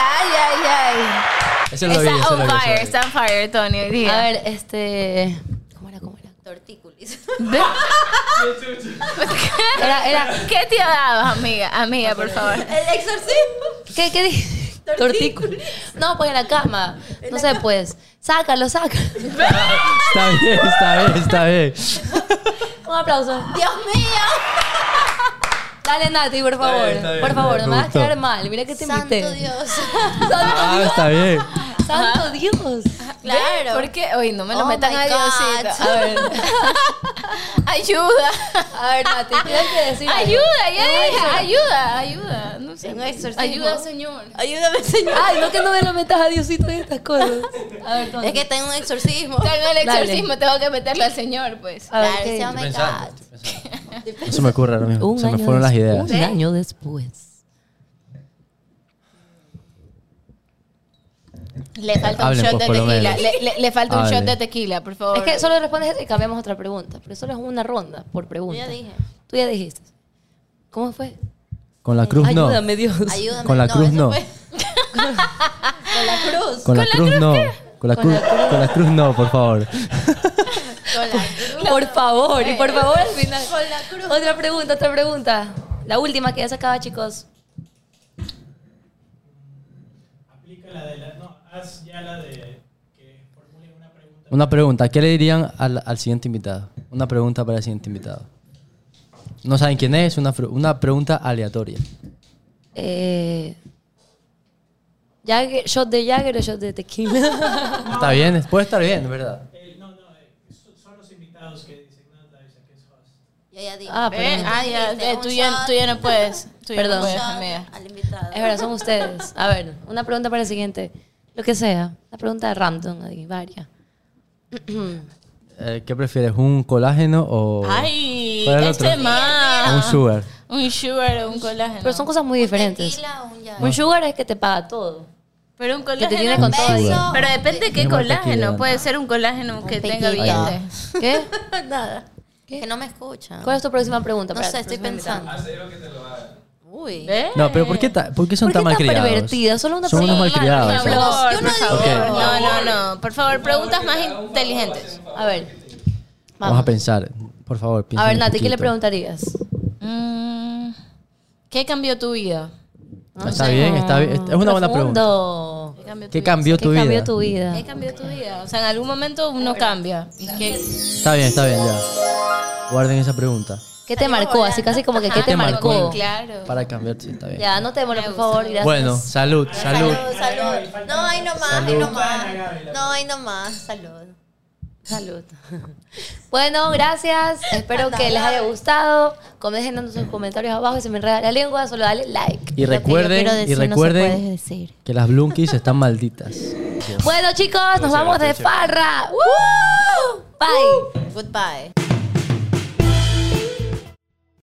Speaker 4: ay, ay, ay.
Speaker 1: Ese lo vi,
Speaker 4: está
Speaker 1: ese
Speaker 4: on
Speaker 1: lo vi. ese lo
Speaker 4: fire,
Speaker 1: vi.
Speaker 4: está on fire, Tony, hoy día.
Speaker 2: A ver, este. ¿Cómo era? ¿Cómo era?
Speaker 8: Tortícolis.
Speaker 4: Ve-
Speaker 2: Era, era.
Speaker 4: ¿Qué te dabas, amiga? Amiga, por favor.
Speaker 8: El exorcismo.
Speaker 2: ¿Qué, qué dije? Tortículo. No, pues en la cama. No sé, pues. Sácalo, sácalo.
Speaker 1: Está bien, está bien, está bien.
Speaker 2: Un aplauso.
Speaker 8: Dios mío.
Speaker 2: Dale, Nati, por favor.
Speaker 1: bien, está bien,
Speaker 2: por
Speaker 1: está
Speaker 2: favor,
Speaker 1: bien, me
Speaker 2: no me vas a
Speaker 1: gustó.
Speaker 2: quedar mal. Mira que te invité.
Speaker 8: Santo Dios.
Speaker 1: Ah, está bien.
Speaker 2: Santo Dios.
Speaker 8: Claro.
Speaker 4: ¿Por qué? Uy, no me lo
Speaker 8: Oh
Speaker 4: metan
Speaker 8: my
Speaker 4: a Diosito.
Speaker 8: God.
Speaker 4: A ver. ayuda.
Speaker 2: A ver, Nati, tienes que decir. algo.
Speaker 4: Ayuda, ya dije. Ayuda, ayuda. No sé.
Speaker 8: Un exorcismo.
Speaker 4: Ayuda, señor.
Speaker 8: Ayúdame, señor.
Speaker 2: Ay, no que no me lo metas a Diosito en estas cosas. A ver, Tony.
Speaker 8: Es que tengo un exorcismo.
Speaker 4: Tengo el
Speaker 2: Dale.
Speaker 4: exorcismo, tengo que meterlo al señor, pues.
Speaker 2: A ver,
Speaker 8: Claro,
Speaker 2: ¿qué?
Speaker 8: sí, oh my God.
Speaker 1: No se me ocurre ahora mismo.
Speaker 2: Un
Speaker 1: Se me
Speaker 2: año
Speaker 1: fueron las
Speaker 2: después-
Speaker 1: ideas.
Speaker 2: Un año después.
Speaker 4: Le falta
Speaker 1: Hablen,
Speaker 4: un shot
Speaker 1: pues,
Speaker 4: de
Speaker 1: por lo
Speaker 4: tequila.
Speaker 1: menos.
Speaker 4: Le, le- le falta un shot
Speaker 1: Hablen.
Speaker 4: de tequila, por favor.
Speaker 2: Es que solo respondes eso y cambiamos otra pregunta. Pero solo es una ronda por pregunta.
Speaker 8: Yo ya dije.
Speaker 2: Tú ya dijiste. ¿Cómo fue?
Speaker 1: Con la cruz no.
Speaker 2: Ayúdame, Dios.
Speaker 8: Ayúdame.
Speaker 1: Pues, Con la cruz
Speaker 8: eso
Speaker 1: no.
Speaker 8: fue- Con la cruz.
Speaker 1: Con la cruz no. Con la cruz, con la cruz no, por favor.
Speaker 8: Con la cruz.
Speaker 2: Por favor, y por favor al final.
Speaker 8: Con la cruz.
Speaker 2: Otra pregunta, otra pregunta. La última que ya se acaba, chicos.
Speaker 6: Aplica la de la. No, haz ya la de que formule una pregunta.
Speaker 1: Una pregunta, ¿qué le dirían al, al siguiente invitado? Una pregunta para el siguiente invitado. No saben quién es, una, fr- una pregunta aleatoria.
Speaker 2: Eh, Jagger- ¿Shot de Jagger o shot de tequila?
Speaker 1: Está bien, puede estar bien, ¿verdad?
Speaker 6: El- no, no, eh, so- son los invitados que dicen, no, Daisa, que es host.
Speaker 8: Yo ya dije.
Speaker 2: Ah,
Speaker 4: Eh,
Speaker 2: perdón.
Speaker 4: ah, ya,
Speaker 8: Dijiste,
Speaker 4: eh, tú,
Speaker 8: un
Speaker 4: ya,
Speaker 8: shot.
Speaker 4: tú ya no puedes. Tú ya
Speaker 2: Perdón.
Speaker 4: no puedes,
Speaker 8: Shot
Speaker 4: amiga.
Speaker 8: Al invitado.
Speaker 2: Es verdad, son ustedes. A ver, una pregunta para el siguiente. Lo que sea. Una pregunta de random, hay varias.
Speaker 1: Eh, ¿Qué prefieres, un colágeno o
Speaker 4: Ay,
Speaker 1: ¿Cuál es el
Speaker 4: qué
Speaker 1: otro? Ah.
Speaker 4: tema.
Speaker 1: o un sugar?
Speaker 4: Un sugar o un colágeno.
Speaker 2: Pero son cosas muy diferentes.
Speaker 8: Tequila o un ya.
Speaker 2: Un sugar es que te paga todo.
Speaker 4: Pero un
Speaker 2: Que
Speaker 4: colágeno.
Speaker 2: te tiene con todo.
Speaker 8: Beso.
Speaker 1: Sugar.
Speaker 4: Pero depende de qué
Speaker 1: Ni más tequila,
Speaker 4: colágeno.
Speaker 1: ¿no?
Speaker 4: Puede ser un colágeno que tenga
Speaker 8: tequila.
Speaker 4: billetes.
Speaker 2: ¿Qué?
Speaker 8: Nada. Que no me escuchan.
Speaker 2: ¿Cuál es tu próxima pregunta?
Speaker 8: No
Speaker 2: para
Speaker 8: sé,
Speaker 2: el
Speaker 8: estoy
Speaker 2: próximo
Speaker 8: pensando. Uy.
Speaker 4: ¿Eh?
Speaker 1: No, pero ¿por qué, ta- por qué son tan
Speaker 2: ¿Por qué tan
Speaker 1: malcriados?
Speaker 2: pervertidas? Solo una
Speaker 1: Son unos
Speaker 2: pregunta.
Speaker 1: malcriados.
Speaker 4: Por
Speaker 1: ¿eh?
Speaker 4: favor,
Speaker 8: Yo no
Speaker 4: por
Speaker 8: digo
Speaker 4: favor.
Speaker 1: nada.
Speaker 4: No, no, no. Por favor, preguntas más inteligentes.
Speaker 2: invitado. A ver.
Speaker 1: Vamos a pensar, por favor.
Speaker 2: A
Speaker 1: piensen
Speaker 2: ver,
Speaker 1: un
Speaker 2: Nati, ¿qué le
Speaker 1: poquito.
Speaker 2: preguntarías?
Speaker 4: Mm, ¿Qué cambió tu vida?
Speaker 1: Está bien, está bien. Es una buena pregunta.
Speaker 2: Profundo.
Speaker 4: ¿Qué cambió tu
Speaker 1: ¿Qué
Speaker 4: vida?
Speaker 1: cambió tu vida?
Speaker 2: ¿Qué cambió tu vida?
Speaker 4: ¿Qué cambió tu vida? O sea, en algún momento uno cambia. ¿Y qué-
Speaker 1: Está bien, está bien, ya. Guarden esa pregunta.
Speaker 2: ¿Qué te marcó? Así casi como que ¿qué
Speaker 4: Ajá,
Speaker 2: te
Speaker 1: te
Speaker 2: marcó?
Speaker 1: marcó?
Speaker 4: Claro.
Speaker 1: Para cambiar, sí, está bien.
Speaker 2: Ya, anotémoslo, por favor. Gracias.
Speaker 1: Bueno, salud, salud.
Speaker 8: Salud, salud. No, ahí nomás, ahí nomás. No, ahí nomás. Salud.
Speaker 2: Salud. Bueno, gracias. Espero que les haya gustado. Como dejen sus comentarios abajo y se me enreda la lengua, solo dale like.
Speaker 1: Y recuerden, y recuerden
Speaker 8: decir.
Speaker 1: que las Blunkies están malditas.
Speaker 2: Bueno, chicos, nos vamos de farra. ¡Woo! Bye.
Speaker 8: Goodbye.